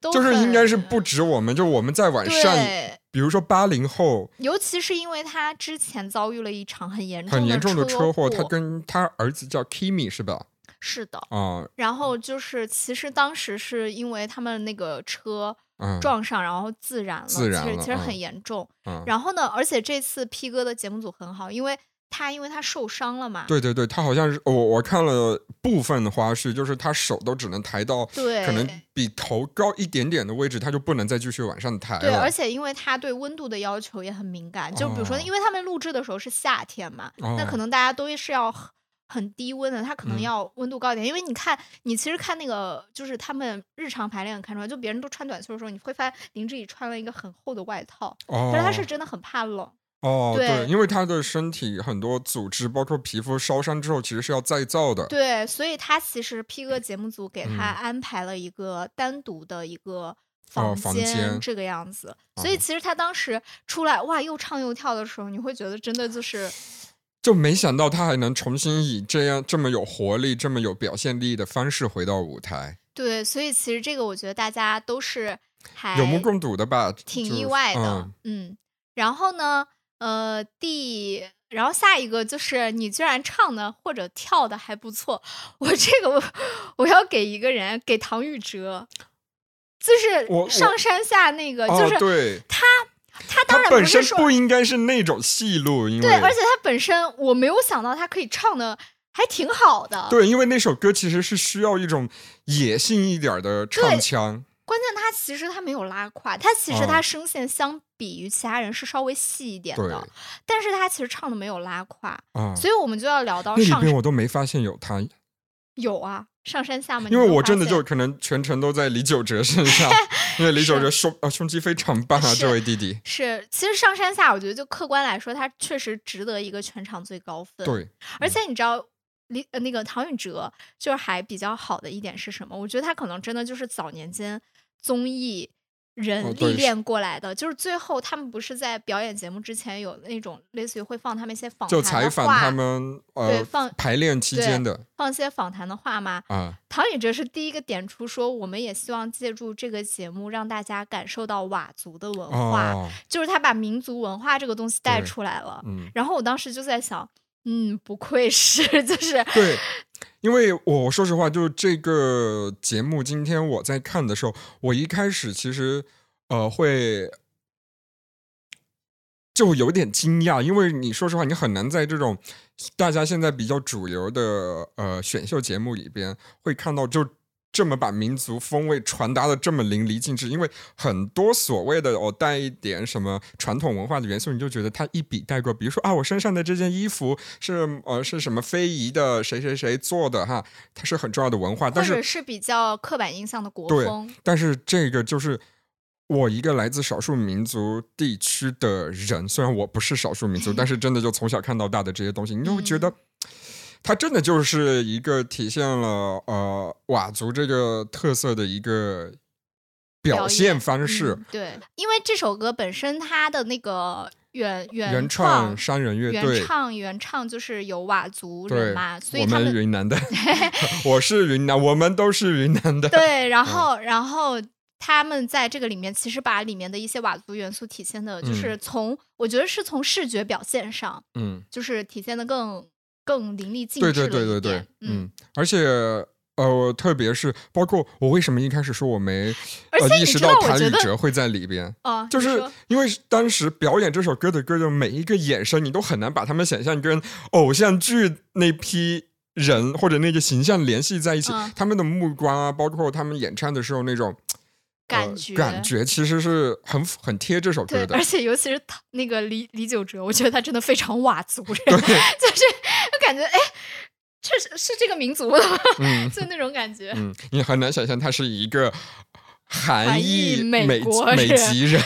S1: 都
S2: 就是应该是
S1: 很
S2: 不止我们，就我们在晚上，
S1: 对。
S2: 比如说八零后
S1: 尤其是因为他之前遭遇了一场很严重
S2: 很严重的
S1: 车
S2: 车祸，他跟他儿子叫 Kimi 是吧？
S1: 是的，
S2: 啊、
S1: 然后就是，其实当时是因为他们那个车
S2: 嗯，
S1: 撞上，然后自燃了，
S2: 自燃
S1: 其实
S2: 了
S1: 其实很
S2: 嗯
S1: 严重。
S2: 嗯
S1: 然后呢，而且这次 P 哥的节目组很好，因为他因为他受伤了嘛，
S2: 对对对，他好像是我我看了部分的花絮，就是他手都只能抬到
S1: 对
S2: 可能比头高一点点的位置，他就不能再继续往上抬了。
S1: 对，而且因为他对温度的要求也很敏感，就比如说，
S2: 哦
S1: 因为他们录制的时候是夏天嘛，那
S2: 哦
S1: 可能大家都是要很很低温的，他可能
S2: 嗯
S1: 要温度高一点。因为你看，你其实看那个就是他们日常排练看出来，就别人都穿短袖的时候，你会发现林志颖穿了一个很厚的外套，
S2: 哦，
S1: 但是他是真的很怕冷。
S2: 哦
S1: 对
S2: 因为他的身体很多组织，包括皮肤烧伤之后，其实是要再造的。
S1: 对，所以他其实 P 哥节目组给他
S2: 嗯哦
S1: 安排了一个单独的一个房
S2: 房间哦
S1: 这个样子。所以其实他当时出来哇，又唱又跳的时候，你会觉得真的就是
S2: 就没想到他还能重新以这样这么有活力、这么有表现力的方式回到舞台，
S1: 对。所以其实这个我觉得大家都是还
S2: 有目共睹的吧？
S1: 哎挺
S2: 就
S1: 意外的，
S2: 嗯
S1: 嗯然后呢，呃，第，然后下一个就是你居然唱的或者跳的还不错，我这个我我要给一个人，给唐禹哲，就
S2: 我我
S1: 是上山下那个，呃就
S2: 哦，
S1: 是
S2: 对，
S1: 他，他当
S2: 他
S1: 然
S2: 本身
S1: 是说
S2: 不应该是那种戏路，因为
S1: 对，而且他本身我没有想到他可以唱的还挺好的，
S2: 对因为那首歌其实是需要一种野性一点儿的唱腔，
S1: 关键他其实他没有拉胯，他其实
S2: 嗯
S1: 他声线相比于其他人是稍微细一点
S2: 对
S1: 的，但是他其实唱的没有拉胯，
S2: 啊，
S1: 所以我们就要聊到
S2: 那里
S1: 上
S2: 边我都没发现有他，
S1: 有啊，上山下嘛，你
S2: 因为
S1: 没有
S2: 我
S1: 发
S2: 真的就
S1: 现
S2: 可能全程都在李玖哲身
S1: <laughs>
S2: 上，因为李玖
S1: 是
S2: 哲胸啊胸肌非常棒啊，
S1: 是
S2: 这位弟弟，
S1: 是，其实上山下，我觉得就客观来说，他确实值得一个全场最高分。，
S2: 对，嗯
S1: 而且你知道。李呃那个唐禹哲就是还比较好的一点是什么？我觉得他可能真的就是早年间综艺
S2: 哦
S1: 人
S2: 对
S1: 历
S2: 是
S1: 练过来的，就是最后他们不是在表演节目之前有那种类似于会放他们一些访谈
S2: 就
S1: 的话，
S2: 采访他们呃
S1: 对放
S2: 排练期
S1: 对
S2: 间的
S1: 放一些访谈的话嘛，
S2: 啊，
S1: 唐禹哲是第一个点出说，我们也希望借助这个节目让大家感受到佤族的文化，
S2: 哦，
S1: 就是他把民族文化这个东西带
S2: 对
S1: 出来了。
S2: 嗯。
S1: 然后我当时就在想，嗯，不愧是， <laughs> 就是
S2: 对， <laughs> 因为我说实话，就是这个节目，今天我在看的时候，我一开始其实呃会就有点惊讶，因为你说实话，你很难在这种大家现在比较主流的呃选秀节目里边会看到就。这么把民族风味传达的这么淋漓尽致，因为很多所谓的哦带一点什么传统文化的元素，你就觉得它一笔带过。比如说啊，我身上的这件衣服是呃是什么非遗的谁谁谁做的哈，它是很重要的文化，
S1: 或
S2: 但是
S1: 者是比较刻板印象的国
S2: 对
S1: 风，
S2: 但是这个就是我一个来自少数民族地区的人，虽然我不是少数民族，但是真的就从小看到大的这些东西，你就会觉
S1: 嗯
S2: 得。它真的就是一个体现了呃佤族这个特色的一个表
S1: 表
S2: 现
S1: 演
S2: 方式，
S1: 嗯对，因为这首歌本身它的那个原嗯原
S2: 原
S1: 创
S2: 创山人乐
S1: 原
S2: 队，
S1: 唱原唱就是有佤族人
S2: 对
S1: 嘛，所以
S2: 我
S1: 他
S2: 们云
S1: <laughs>
S2: 南的，我是云南，我们都是云南的，
S1: 对，
S2: 嗯
S1: 然后、然后他们在这个里面其实把里面的一些佤族元素体现的，就
S2: 嗯
S1: 是从、我觉得是从视觉表现上，
S2: 嗯，
S1: 就是体现的更更淋漓尽致
S2: 对
S1: 了
S2: 对对
S1: 一
S2: 对对
S1: 点，嗯，
S2: 嗯，而且呃，特别是包括我为什么一开始说我没
S1: 而
S2: 呃
S1: 且
S2: 意
S1: 你
S2: 识
S1: 知
S2: 到
S1: 道我
S2: 谭
S1: 觉
S2: 宇
S1: 得
S2: 哲会在里边，
S1: 哦，
S2: 就
S1: 你
S2: 是
S1: 说
S2: 因为当时表演这首歌的歌的每一个眼神，你都很难把他们想象跟偶像剧那批人或者那个形象联系在一起，
S1: 嗯
S2: 他们的目光啊，包括他们演唱的时候那种。
S1: 感
S2: 觉、
S1: 觉
S2: 感觉其实是很符很贴这首歌
S1: 对，
S2: 的
S1: 而，且尤其是他那个李李玖哲，我觉得他真的非常佤族人， <laughs> 就是就感觉哎，这是是这个民族的吗， <laughs>
S2: 嗯
S1: 就那种感觉。
S2: 嗯，你很难想象他是一个韩
S1: 韩
S2: 裔
S1: 裔美
S2: 美
S1: 国
S2: 美
S1: 人
S2: 籍
S1: <laughs>
S2: 人。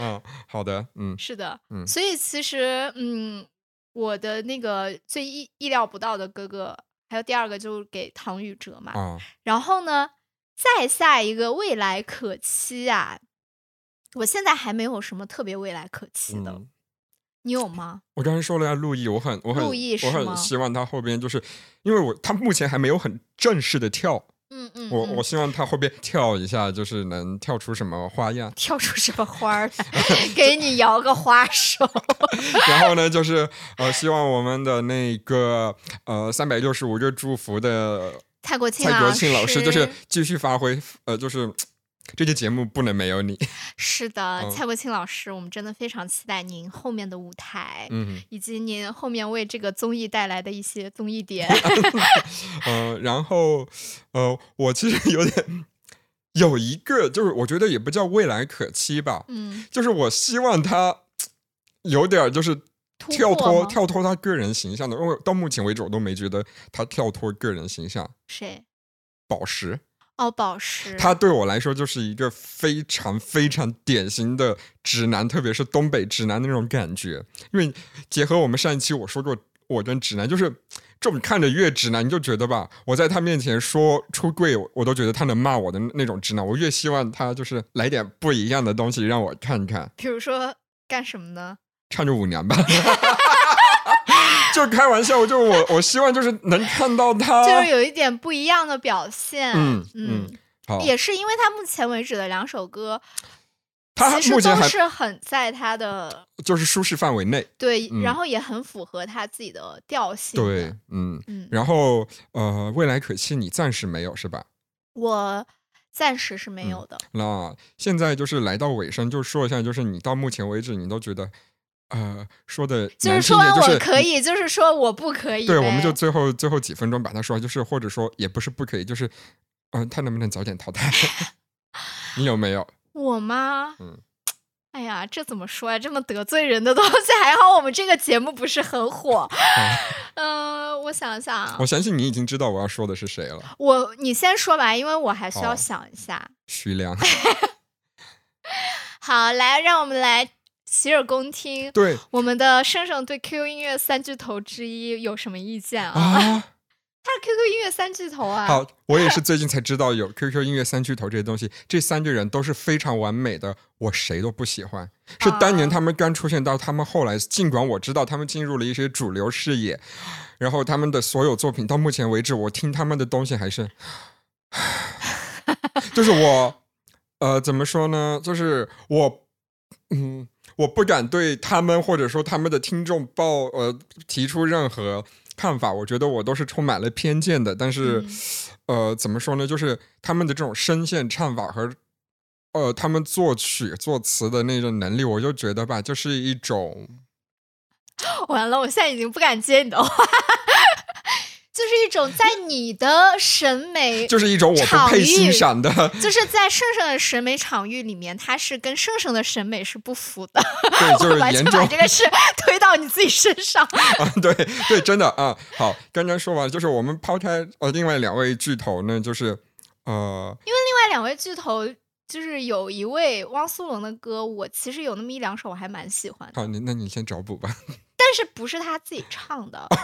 S2: 嗯，好的，嗯
S1: 是的，
S2: 嗯
S1: 所以其实，嗯，我的那个最意意料不到的哥哥，还有第二个就是给唐禹哲嘛，
S2: 啊，
S1: 然后呢，再下一个未来可期啊，我现在还没有什么特别未来可期的，
S2: 嗯
S1: 你有吗？
S2: 我刚才说了呀，陆毅，我很我很
S1: 陆毅
S2: 我
S1: 是吗
S2: 很希望他后边就是，因为我他目前还没有很正式的跳，
S1: 嗯嗯，
S2: 我
S1: 嗯。
S2: 我希望他后边跳一下，就是能跳出什么花样 <laughs>
S1: 跳出什么花儿来，给你摇个花手。
S2: 然后呢，就是呃，希望我们的那个呃三百六十五个祝福的
S1: <laughs> 蔡国庆
S2: 蔡国庆老
S1: 师
S2: 师，就是继续发挥，呃，就是这期节目不能没有你。 <laughs>
S1: 是的，
S2: 嗯
S1: 蔡国庆老师，我们真的非常期待您后面的舞台，
S2: 嗯
S1: 以及您后面为这个综艺带来的一些综艺
S2: <laughs>
S1: 点。
S2: 呃，然后呃，我其实有点有一个，就是我觉得也不叫未来可期吧，
S1: 嗯，
S2: 就是我希望他有点儿就是
S1: 突
S2: 跳
S1: 破
S2: 脱
S1: 吗
S2: 跳脱他个人形象的，因为到目前为止我都没觉得他跳脱个人形象。
S1: 谁？
S2: 宝石，
S1: 哦，宝石。
S2: 他对我来说就是一个非常非常典型的直男，特别是东北直男那种感觉。因为结合我们上一期我说过，我跟直男就是这种看着越直男，你就觉得吧，我在他面前说出柜，我我都觉得他能骂我的那种直男，我越希望他就是来点不一样的东西让我看看，
S1: 比如说干什么呢？
S2: 唱着舞娘吧。 <laughs> 就开玩笑，就我我希望就是能看到他，
S1: 就是有一点不一样的表现。
S2: 哦嗯嗯，好，
S1: 也是因为他目前为止的两首歌，
S2: 他
S1: 其
S2: 目
S1: 实
S2: 前
S1: 都
S2: 还
S1: 是很在他的
S2: 就是舒适范围内，
S1: 对，
S2: 嗯
S1: 然后也很符合他自己的调性的。
S2: 对，嗯，
S1: 嗯，
S2: 然后呃，未来可期你暂时没有是吧？
S1: 我暂时是
S2: 嗯
S1: 没有的。
S2: 那现在就是来到尾声，就说一下，就是你到目前为止，你都觉得，呃，说的
S1: 是
S2: 难听
S1: 说
S2: 一点
S1: 完
S2: 就
S1: 我
S2: 是
S1: 可以，就是说我不可以呗。
S2: 对，我们就最后最后几分钟把它说完，就是或者说也不是不可以，就是，嗯、他能不能早点淘汰？ <laughs> 你有没有？
S1: 我吗？
S2: 嗯
S1: 哎呀，这怎么说呀、这么得罪人的东西， <laughs> 还好我们这个节目不是很
S2: <laughs>
S1: 火。嗯、我想想啊，
S2: 我相信你已经知道我要说的是谁了，
S1: 我你先说吧，因为我还需要
S2: 好
S1: 想一下。
S2: 徐良。 <laughs>
S1: 好，来，让我们来洗耳恭听。
S2: 对
S1: 我们的圣圣对 QQ 音乐三巨头之一有什么意见 <laughs> 啊？
S2: 啊，
S1: 他是 QQ 音乐三巨头啊。
S2: 好，我也是最近才知道有 QQ 音乐三巨头这些东西，这三个人都是非常完美的，我谁都不喜欢。是当年他们刚出现到他们后来，尽管我知道他们进入了一些主流视野，然后他们的所有作品到目前为止，我听他们的东西还是，就是我，呃，怎么说呢？就是我，嗯。我不敢对他们或者说他们的听众抱呃提出任何看法，我觉得我都是充满了偏见的。但是，呃，怎么说呢？就是他们的这种声线唱法和呃他们作曲作词的那种能力，我就觉得吧，就是一种
S1: 完了，我现在已经不敢接你的话， <laughs> 就是一种在你的审美，
S2: 就是一种我不配欣
S1: <laughs>
S2: 赏的。 <laughs>
S1: 就是在圣圣的审美场域里面，他是跟圣圣的审美是不符
S2: <laughs>
S1: 的。
S2: 对，就是
S1: 完
S2: 严
S1: 全
S2: 重
S1: 把这个事推到你自己身上。
S2: 啊，对对，真的啊。好，刚刚说完，就是我们抛开呃另外两位巨头呢，就是呃
S1: 另外两位巨头，就是有一位汪苏泷的歌，我其实有那么一两首我还蛮喜欢的，
S2: 好，你那你先找补吧。
S1: 但是不是他自己唱
S2: <laughs>
S1: 的，
S2: 哦
S1: <laughs>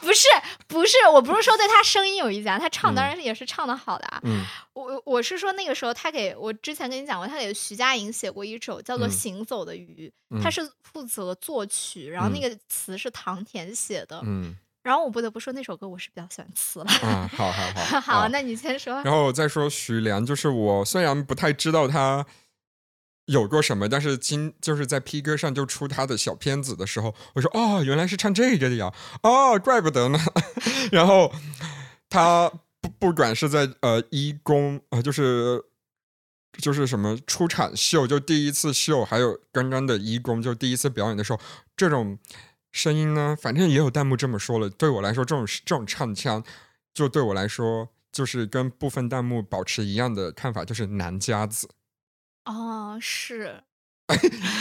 S1: 不是不是，我不是说对他声音有意见啊，他唱当然也是唱的好的啊。
S2: 嗯
S1: 我我是说那个时候他给我之前跟你讲过，他给徐佳莹写过一首叫做
S2: 嗯
S1: 《行走的鱼》，
S2: 嗯
S1: 他是负责作曲，然后那
S2: 嗯
S1: 个词是唐田写的，
S2: 嗯
S1: 然后我不得不说那首歌我是比较喜欢词了。
S2: 啊，好好
S1: <laughs>
S2: 好
S1: 好，
S2: 啊
S1: 那你先说。
S2: 然后我再说徐良，就是我虽然不太知道他有过什么，但是今就是在 P 歌上就出他的小片子的时候，我说哦，原来是唱这个的呀，哦，怪不得呢。 <laughs> 然后他不不管是在呃一公啊、呃就是。就是什么出场秀，就第一次秀，还有刚刚的一公，就第一次表演的时候，这种声音呢，反正也有弹幕这么说了。对我来说，这种这种唱腔，就对我来说，就是跟部分弹幕保持一样的看法，就是男家子。
S1: 哦，是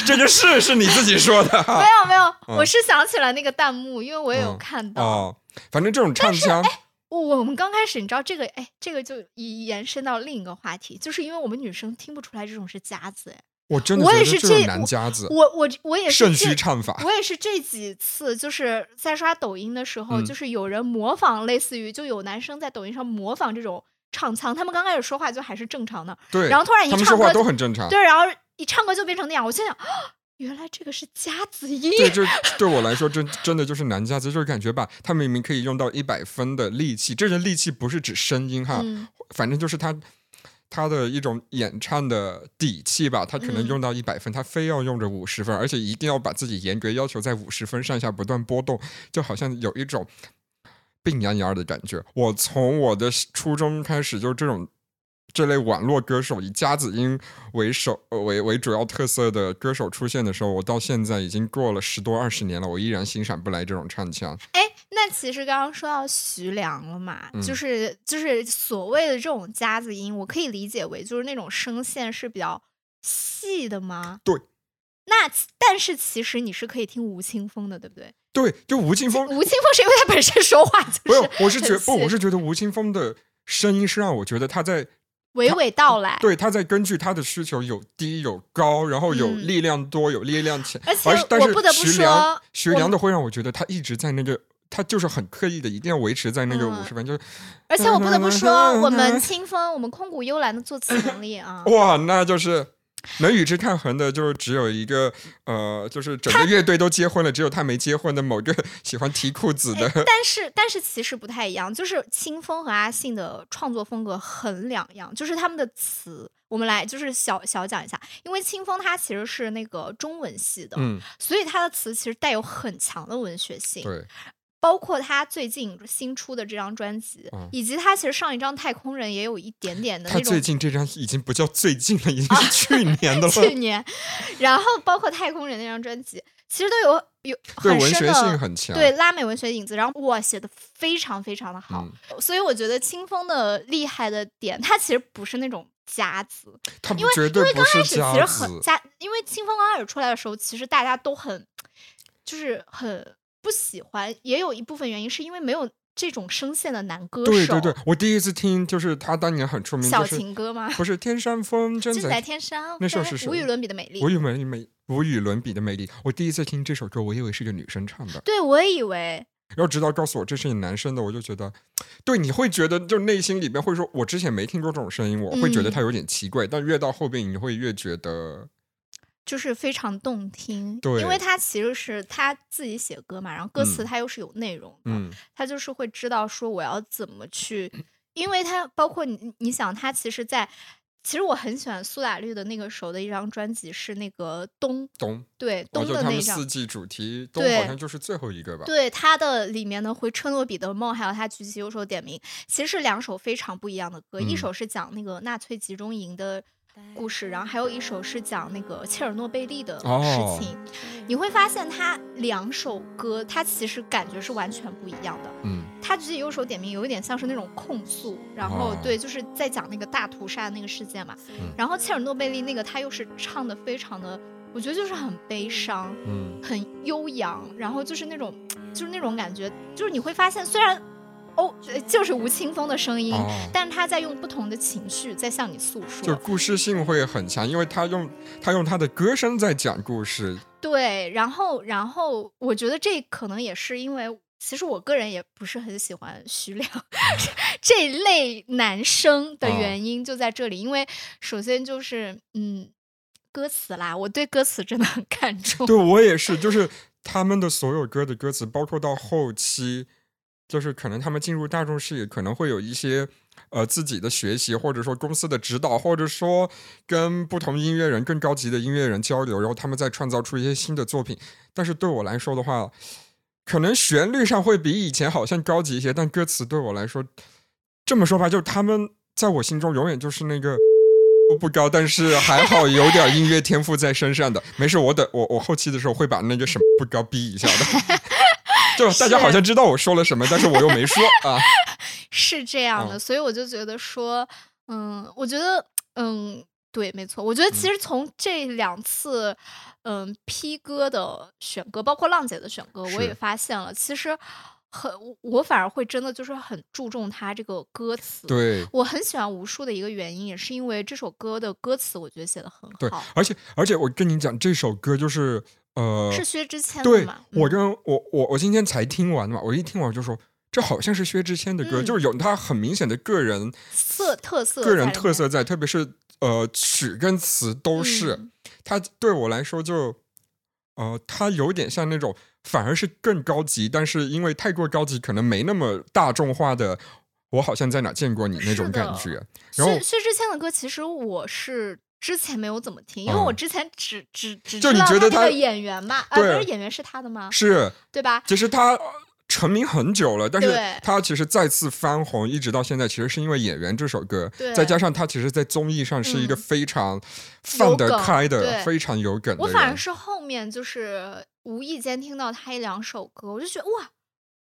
S2: 这个是是你自己说的
S1: 没 <laughs>
S2: 哈
S1: 有没有，
S2: 嗯
S1: 我是想起来那个弹幕，因为我也有
S2: 嗯
S1: 看到。
S2: 哦，反正这种唱腔，
S1: 我我们刚开始，你知道这个，哎，这个就一延伸到另一个话题，就是因为我们女生听不出来这种是夹子，哎，
S2: 我真的
S1: 我
S2: 觉
S1: 也
S2: 得
S1: 是
S2: 这
S1: 这
S2: 种男家子
S1: 我我我也是
S2: 肾虚
S1: 这，
S2: 唱法。
S1: 我也是这几次就是在刷抖音的时候，
S2: 嗯
S1: 就是有人模仿，类似于就有男生在抖音上模仿这种唱腔，他们刚开始说话就还是正常的，
S2: 对，
S1: 然后突然一
S2: 他们
S1: 唱
S2: 说话
S1: 歌
S2: 都
S1: 就
S2: 很正常。
S1: 对，然后一唱歌就变成那样，我心想，啊原来这个是夹子音，
S2: 对，就对我来说，真真的就是男家子，就是感觉吧，他明明可以用到一百分的力气，这个力气不是指声音哈，
S1: 嗯
S2: 反正就是他他的一种演唱的底气吧，他可
S1: 嗯
S2: 能用到一百分，他非要用着五十分，而且一定要把自己严格要求在五十分上下不断波动，就好像有一种病怏怏的感觉。我从我的初中开始，就是这种。这类网络歌手以夹子音为首呃为为主要特色的歌手出现的时候，我到现在已经过了十多二十年了，我依然欣赏不来这种唱腔。
S1: 哎，那其实刚刚说到徐良了嘛，
S2: 嗯
S1: 就是就是所谓的这种夹子音，我可以理解为就是那种声线是比较细的吗？
S2: 对。
S1: 那其但是其实你是可以听吴青峰的，对不对？
S2: 对，就吴青峰，
S1: 吴青峰是因为他本身说话
S2: 不
S1: 就是
S2: 是，我是
S1: 很
S2: 觉不，
S1: 细
S2: 我是觉得吴青峰的声音是让我觉得他在
S1: 娓娓道来，
S2: 对他在根据他的需求有低有高，然后有
S1: 嗯
S2: 力量多有力量浅，
S1: 而且
S2: 但
S1: 我
S2: 是
S1: 不得不
S2: 徐良
S1: 说
S2: 徐
S1: 我
S2: 良
S1: 们
S2: 的会让我觉得他一直在那个他就是很刻意的，一定要维持在那个
S1: 嗯
S2: 五十分，就是
S1: 而且我不得不
S2: 嗯
S1: 说，我们清风，我们空谷幽兰的作词能力啊，
S2: 哇，那就是能与之抗衡的，就是只有一个呃，就是整个乐队都结婚了，只有他没结婚的某个 <laughs> 喜欢提裤子的。
S1: 但是但是其实不太一样，就是清风和阿信的创作风格很两样，就是他们的词，我们来就是小小讲一下，因为清风他其实是那个中文系的，
S2: 嗯，
S1: 所以他的词其实带有很强的文学性，
S2: 对，
S1: 包括他最近新出的这张专辑，
S2: 嗯
S1: 以及他其实上一张《太空人》也有一点点的
S2: 他
S1: 那种啊
S2: 最近这张已经不叫最近了，已经是去年
S1: <laughs>
S2: 的
S1: 去
S2: 了。
S1: 年，然后包括《太空人》那张专辑，其实都有有
S2: 对
S1: 很
S2: 文
S1: 深
S2: 学性
S1: 的。
S2: 很强，
S1: 对拉美文学影子，然后哇，写的非常非常的好，
S2: 嗯，
S1: 所以我觉得清风的厉害的点，他其实不是那种夹子，
S2: 他
S1: 因为
S2: 绝
S1: 因为
S2: 对不
S1: 刚开始
S2: 是
S1: 其实
S2: 家
S1: 很
S2: 子，
S1: 夹，因为清风刚开始出来的时候，其实大家都很就是很不喜欢，也有一部分原因是因为没有这种声线的男歌
S2: 对
S1: 手，
S2: 对对，我第一次听就是他当年很出名，
S1: 小
S2: 就是
S1: 情歌吗？
S2: <laughs> 不是天山风筝
S1: 就
S2: 在
S1: 在天上，
S2: 那首
S1: 对
S2: 是什
S1: 无
S2: 么
S1: 与伦比的美丽
S2: 无。与伦比美无与伦比的魅力。我第一次听这首歌，我以为是个女生唱的，
S1: 对，我也以为
S2: 然后直到告诉我这是你男生的，我就觉得，对，你会觉得就内心里边会说，我之前没听过这种声音，我会觉得
S1: 嗯
S2: 它有点奇怪，但越到后边你会越觉得，
S1: 就是非常动听，
S2: 对
S1: 因为他其实是他自己写歌嘛，然后歌词
S2: 嗯
S1: 他又是有内容的，
S2: 嗯，
S1: 他就是会知道说我要怎么去，因为他包括你，你想他其实在，其实我很喜欢苏打绿的那个时候的一张专辑是那个冬，
S2: 冬，
S1: 对
S2: 哦，
S1: 冬
S2: 就
S1: 的
S2: 他
S1: 那
S2: 们
S1: 张
S2: 四，季主题，冬
S1: 对
S2: 好像就是最后一个吧，
S1: 对他的里面的《回车诺比的梦》，还有他举起右手点名，其实是两首非常不一样的歌，一
S2: 嗯
S1: 首是讲那个纳粹集中营的故事，然后还有一首是讲那个切尔诺贝利的
S2: 哦
S1: 事情。你会发现，他两首歌，它其实感觉是完全不一样的。
S2: 嗯，
S1: 他举起右手点名，有一点像是那种控诉，然后
S2: 哦
S1: 对，就是在讲那个大屠杀那个事件嘛。
S2: 嗯
S1: 然后切尔诺贝利那个，他又是唱的非常的，我觉得就是很悲伤。
S2: 嗯，
S1: 很悠扬，然后就是那种，就是那种感觉，就是你会发现，虽然哦，呃就是吴青峰的声音，
S2: 哦。
S1: 但他在用不同的情绪在向你诉
S2: 就
S1: 说。
S2: 故事性会很强，因为他用他用他的歌声在讲故事，
S1: 对，然后，然后我觉得这可能也是因为，其实我个人也不是很喜欢徐良
S2: 嗯
S1: <laughs> 这一类男生
S2: 哦
S1: 的原因就在这里，因为首先就是嗯。歌词啦，我对歌词真的很看重。
S2: 对我也是，就是他们的所有歌的歌词，包括到后期，就是可能他们进入大众视野，可能会有一些呃自己的学习，或者说公司的指导，或者说跟不同音乐人、更高级的音乐人交流，然后他们再创造出一些新的作品。但是对我来说的话，可能旋律上会比以前好像高级一些，但歌词对我来说，这么说吧，就是他们在我心中永远就是那个。不高，但是还好有点音乐天赋在身上的。没事，我等我我后期的时候会把那个什么不高逼一下的。 <laughs> 就大家好像知道我说了什么，但是我又没说啊。
S1: 是这样的，
S2: 嗯
S1: 所以我就觉得说，嗯，我觉得，嗯，对，没错，我觉得
S2: 嗯
S1: 其实从这两次，嗯，P 哥的选歌，包括浪姐的选歌，我也
S2: 是
S1: 发现了，其实很，我我反而会真的就是很注重他这个歌词。
S2: 对
S1: 我很喜欢无数的一个原因，也是因为这首歌的歌词，我觉得写的很
S2: 对
S1: 好，，
S2: 而且而且我跟你讲，这首歌就是呃，
S1: 是薛之谦的
S2: 对
S1: 嘛？
S2: 我
S1: 嗯
S2: 跟我我我今天才听完嘛，我一听完就说。这好像是薛之谦的歌，
S1: 嗯
S2: 就是有他很明显的个人
S1: 色特色
S2: 个
S1: 在
S2: 人
S1: 里
S2: 特
S1: 面
S2: 色在，特别是呃曲跟词都是。
S1: 嗯
S2: 它对我来说就，呃，它有点像那种反而是更高级，但是因为太过高级，可能没那么大众化的。我好像在哪见过你那种
S1: 是的
S2: 感觉，然后
S1: 薛薛之谦的歌，其实我是之前没有怎么听，因为我
S2: 嗯
S1: 之前只只只
S2: 就
S1: 知
S2: 你
S1: 道
S2: 觉得
S1: 那
S2: 他
S1: 个演员嘛，啊，不
S2: 对
S1: 是演员是他的吗？
S2: 是，
S1: 对吧？
S2: 其实他成名很久了，但是
S1: 对
S2: 他其实再次翻红，一直到现在，其实是因为《演员》这首歌
S1: 对，
S2: 再加上他其实，在综艺上是一个
S1: 嗯
S2: 非常放
S1: 有
S2: 得
S1: 梗
S2: 开
S1: 对
S2: 的、非常有梗的
S1: 我
S2: 人。
S1: 反而是后面就是无意间听到他一两首歌，我就觉得哇，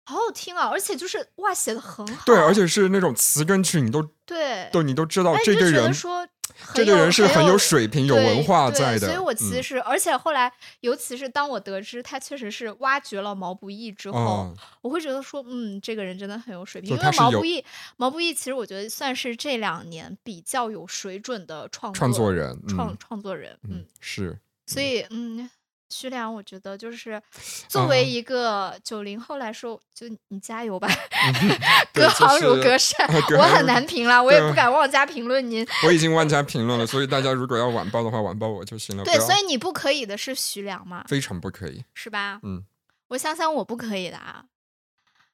S1: 好好听啊！而且就是哇，写的很好，
S2: 对，而且是那种词跟曲，你都
S1: 对，
S2: 都你都知道
S1: 哎，
S2: 这
S1: 就
S2: 个
S1: 觉得
S2: 人，
S1: 说
S2: 这
S1: 很
S2: 个
S1: 有
S2: 人是
S1: 很
S2: 很
S1: 有
S2: 有水平、有文
S1: 对
S2: 化
S1: 对
S2: 在的。
S1: 所以我其
S2: 嗯
S1: 实，而且后来，尤其是当我得知他确实是挖掘了毛不易之后，
S2: 哦
S1: 我会觉得说，嗯，这个人真的很有水平。
S2: 就
S1: 因为
S2: 他是
S1: 毛
S2: 有
S1: 不易，毛不易其实我觉得算是这两年比较有水准的创
S2: 创作人，
S1: 创
S2: 嗯
S1: 创作人，嗯 <laughs>
S2: 嗯，是
S1: 所以嗯，徐良，我觉得
S2: <sniffs>
S1: 就是作
S2: 嗯
S1: 为一个九零后来说，就你加油吧，
S2: 嗯对
S1: 隔
S2: 就
S1: 行如
S2: 是
S1: 隔
S2: <laughs>
S1: 山
S2: 啊，隔
S1: 我
S2: 行
S1: 很
S2: 如
S1: 难评啦，我也
S2: 对啊
S1: 不敢妄加评论您。
S2: 我已经万加评论了，所以大家如果要晚报的话，晚报我就行了。
S1: 对，
S2: 不要
S1: 所以你不可以的是徐良嘛，
S2: 非常不可以。
S1: 是吧？
S2: 嗯，
S1: 我想想我不可以的啊，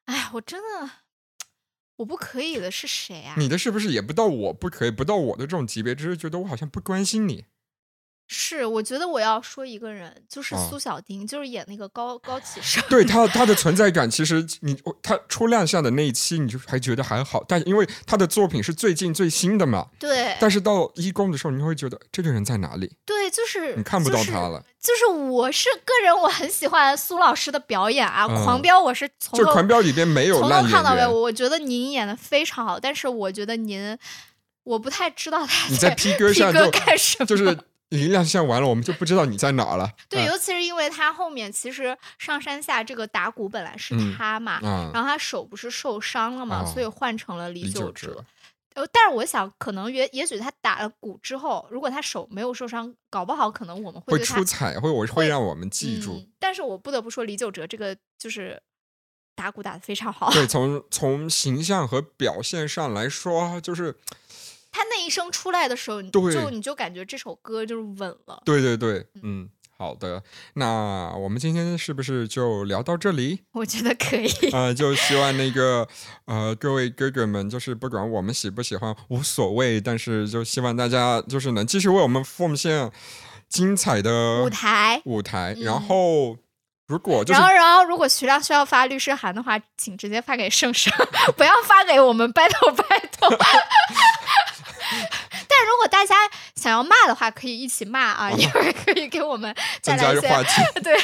S1: 哎，我真的我不可以的是谁啊？
S2: 你的是不是也不到我不可以，不到我的这种级别，只是觉得我好像不关心你。
S1: 是，我觉得我要说一个人，就是
S2: 啊
S1: 苏小丁，就是演那个高高启盛。
S2: 对他，他的存在感，其实你他初亮相的那一期，你就还觉得还好，但因为他的作品是最近最新的嘛，
S1: <laughs> 对
S2: 但是到一公的时候，你会觉得这个人在哪里？
S1: 对，就是
S2: 你看不到他。了。
S1: 就是就是我是个人，我很喜欢苏老师的表演啊，
S2: 嗯
S1: 狂飙》我是从
S2: 就
S1: 头
S2: 《狂飙》里边没有
S1: 从头
S2: 烂演
S1: 看到尾，
S2: 员，
S1: 我觉得您演的非常好，但是我觉得您，我不太知道他
S2: 你
S1: <laughs>
S2: 在 P 哥
S1: 批
S2: 上
S1: 哥
S2: 就
S1: 干什么，
S2: 就是你亮相完了，我们就不知道你在哪儿了。
S1: 对，
S2: 嗯
S1: 尤其是因为他后面其实上山下这个打鼓本来是
S2: 嗯
S1: 他嘛，
S2: 啊，
S1: 然后他手不是受伤了嘛，
S2: 啊
S1: 所以换成了
S2: 李
S1: 李
S2: 玖
S1: 哲
S2: 哲。
S1: 呃，但是我想，可能也也许他打了鼓之后，如果他手没有受伤，搞不好可能我们
S2: 会
S1: 对他
S2: 出彩，会我会
S1: 会
S2: 让我们记住。
S1: 嗯。但是我不得不说，李玖哲这个就是打鼓打得非常好，
S2: 对，从从形象和表现上来说，就是
S1: 他那一声出来的时候，你
S2: 对
S1: 就你就感觉这首歌就是稳了。
S2: 对对对，嗯，好的，那我们今天是不是就聊到这里？
S1: 我觉得可
S2: <laughs>
S1: 以，
S2: 呃，就希望那个呃各位哥哥们，就是不管我们喜不喜欢无所谓，但是就希望大家就是能继续为我们奉献精彩的
S1: 舞台。
S2: 舞台，
S1: 嗯
S2: 然后。如果嗯就是
S1: 然后，然后，如果徐亮需要发律师函的话，请直接发给圣上， <laughs> 不要发给我们 battle battle。但如果大家想要骂的话，可以一起骂啊，一会儿可以给我们再
S2: 嗯 <laughs> 增加
S1: 来一
S2: 这话
S1: 些。<laughs>
S2: 题，
S1: 对，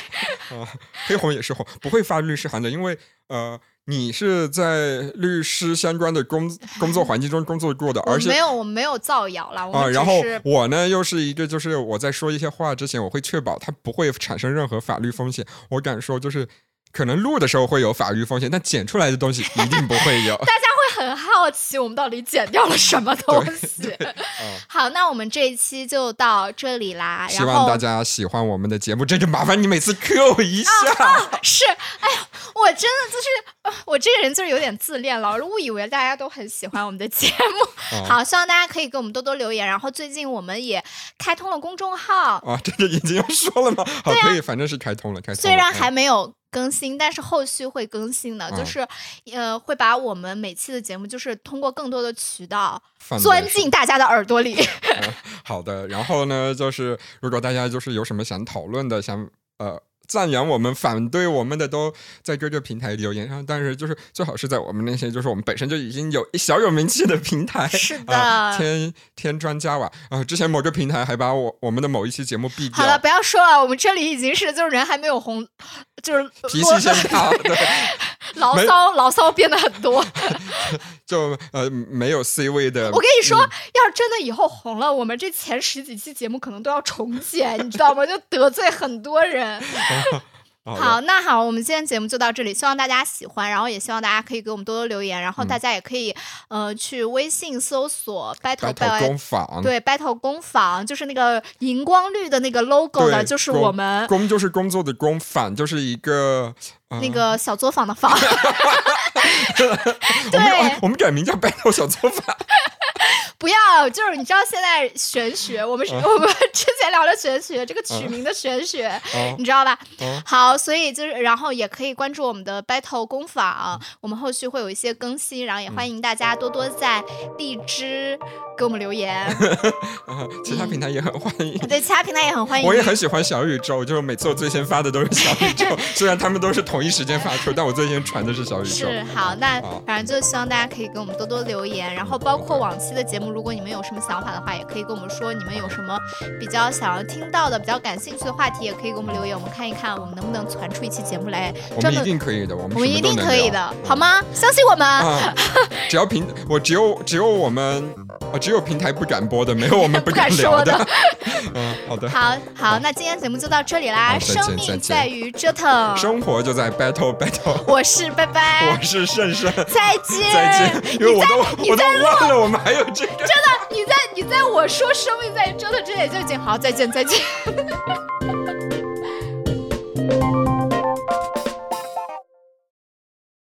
S2: 啊，黑红也是红，不会发律师函的，因为呃，你是在律师相关的工工作环境中工作过的，
S1: <laughs> 我
S2: 而
S1: 们没
S2: 且
S1: 有，我们没有造谣啦，我
S2: 啊，
S1: 们
S2: 然后
S1: 只是
S2: 我呢又是一个，就是我在说一些话之前，我会确保它不会产生任何法律风险。我敢说，就是可能录的时候会有法律风险，但剪出来的东西一定不会有。
S1: 大家会很好奇我们到底剪掉了什么东 <laughs> 西。好，那我们这一期就到这里啦，
S2: 嗯希
S1: 然
S2: 望
S1: 后
S2: 大家喜欢我们的节目，这就麻烦你每次 Q 一下。
S1: <laughs> 是，哎呀，我真的就是呃我这个人就是有点自恋，老是误以为大家都很喜欢我们的节目。
S2: 哦
S1: <laughs> 好，希望大家可以给我们多多留言。然后最近我们也开通了公众号，
S2: 啊，这个已经要说了吗？好，可以，反正是开通了，开通了。
S1: 啊虽然
S2: 嗯
S1: 还没有。更新，但是后续会更新的，就
S2: 嗯
S1: 是，呃，会把我们每期的节目，就是通过更多的渠道
S2: 放不
S1: 钻
S2: 了
S1: 进大家的耳朵里。
S2: <laughs> 好的，然后呢，就是如果大家就是有什么想讨论的，想呃赞扬我们、反对我们的，都在各个平台留言上。但是就是最好是在我们那些就是我们本身就已经有一小有名气的平台，
S1: 是的
S2: 啊添添砖加瓦啊、之前某个平台还把我我们的某一期节目毙
S1: 好了，
S2: 掉，
S1: 不要说了，我们这里已经是就是人还没有红，就是
S2: 脾
S1: 落
S2: 气先大，对，
S1: <laughs> 牢
S2: 没哎
S1: 骚牢骚变得很多。
S2: 就呃没有 C 位的。
S1: 我跟你
S2: 嗯
S1: 说，要是真的以后红了，我们这前十几期节目可能都要重剪，你知道吗？就得罪很多人。
S2: 好的
S1: 好，那好，我们今天节目就到这里，希望大家喜欢，然后也希望大家可以给我们多多留言，然
S2: 嗯
S1: 后大家也可以、呃去微信搜索 battle
S2: 白头
S1: battle
S2: 工坊，
S1: 哎对 battle 工坊，就是那个荧光绿的那个 logo 的，
S2: 对，
S1: 就是
S2: 工
S1: 我们
S2: 工就是工作的工，坊就是一个、呃、
S1: 那个小作坊的坊。
S2: 我们
S1: 对
S2: 哦我们改名叫白头小作坊。 <laughs>
S1: 不要，就是你知道现在玄学，我们
S2: 嗯
S1: 是、我们之前聊了玄学，这个取名的玄学，
S2: 哦
S1: 你知道吧？
S2: 哦
S1: 好，所以就是，然后也可以关注我们的 Battle 工坊，
S2: 嗯
S1: 我们后续会有一些更新，然后也欢迎大家多多在荔枝给我们留言，
S2: <laughs> 啊， <laughs> 其他平台也很欢迎。
S1: 对其他平台也很欢迎。
S2: 我也很喜欢小宇宙，就是每次我最先发的都是小
S1: <laughs>
S2: 宇宙，虽然他们都是同一时间发出，但我最先传的是小宇宙。
S1: 是好，那
S2: 好
S1: 反正就希望大家可以给我们多多留言，然后包括往期的节目，如果你们有什么想法的话，也可以跟我们说，你们有什么比较想要听到的、比较感兴趣的话题，也可以给我们留言，我们看一看我们能不能传出一期节目来，
S2: 我
S1: 专
S2: 们一
S1: 门
S2: 定可以的，我们
S1: 我们
S2: 什
S1: 一
S2: 么都
S1: 定
S2: 能
S1: 可以
S2: 聊
S1: 的，好？吗？相信我们。
S2: 啊，只要平，我只有只有我们啊，只有平台不敢播的，没有我们
S1: <laughs> 不
S2: 敢
S1: 敢
S2: 聊
S1: 说的。
S2: <laughs> 嗯，好的，
S1: 好好，那今天节目就到这里啦。
S2: 好再见
S1: 生
S2: 再
S1: 命
S2: 见
S1: 在于折腾，
S2: 生活就在 battle battle，
S1: 我是拜
S2: 我
S1: 拜，
S2: 是圣圣，
S1: 哎再见，
S2: 再
S1: <laughs>
S2: 见，因为我都我
S1: 你
S2: 都
S1: 在
S2: 忘了我们还有这个。
S1: 真的，你在你在我说生命在于折腾之前就已经好，再见再见。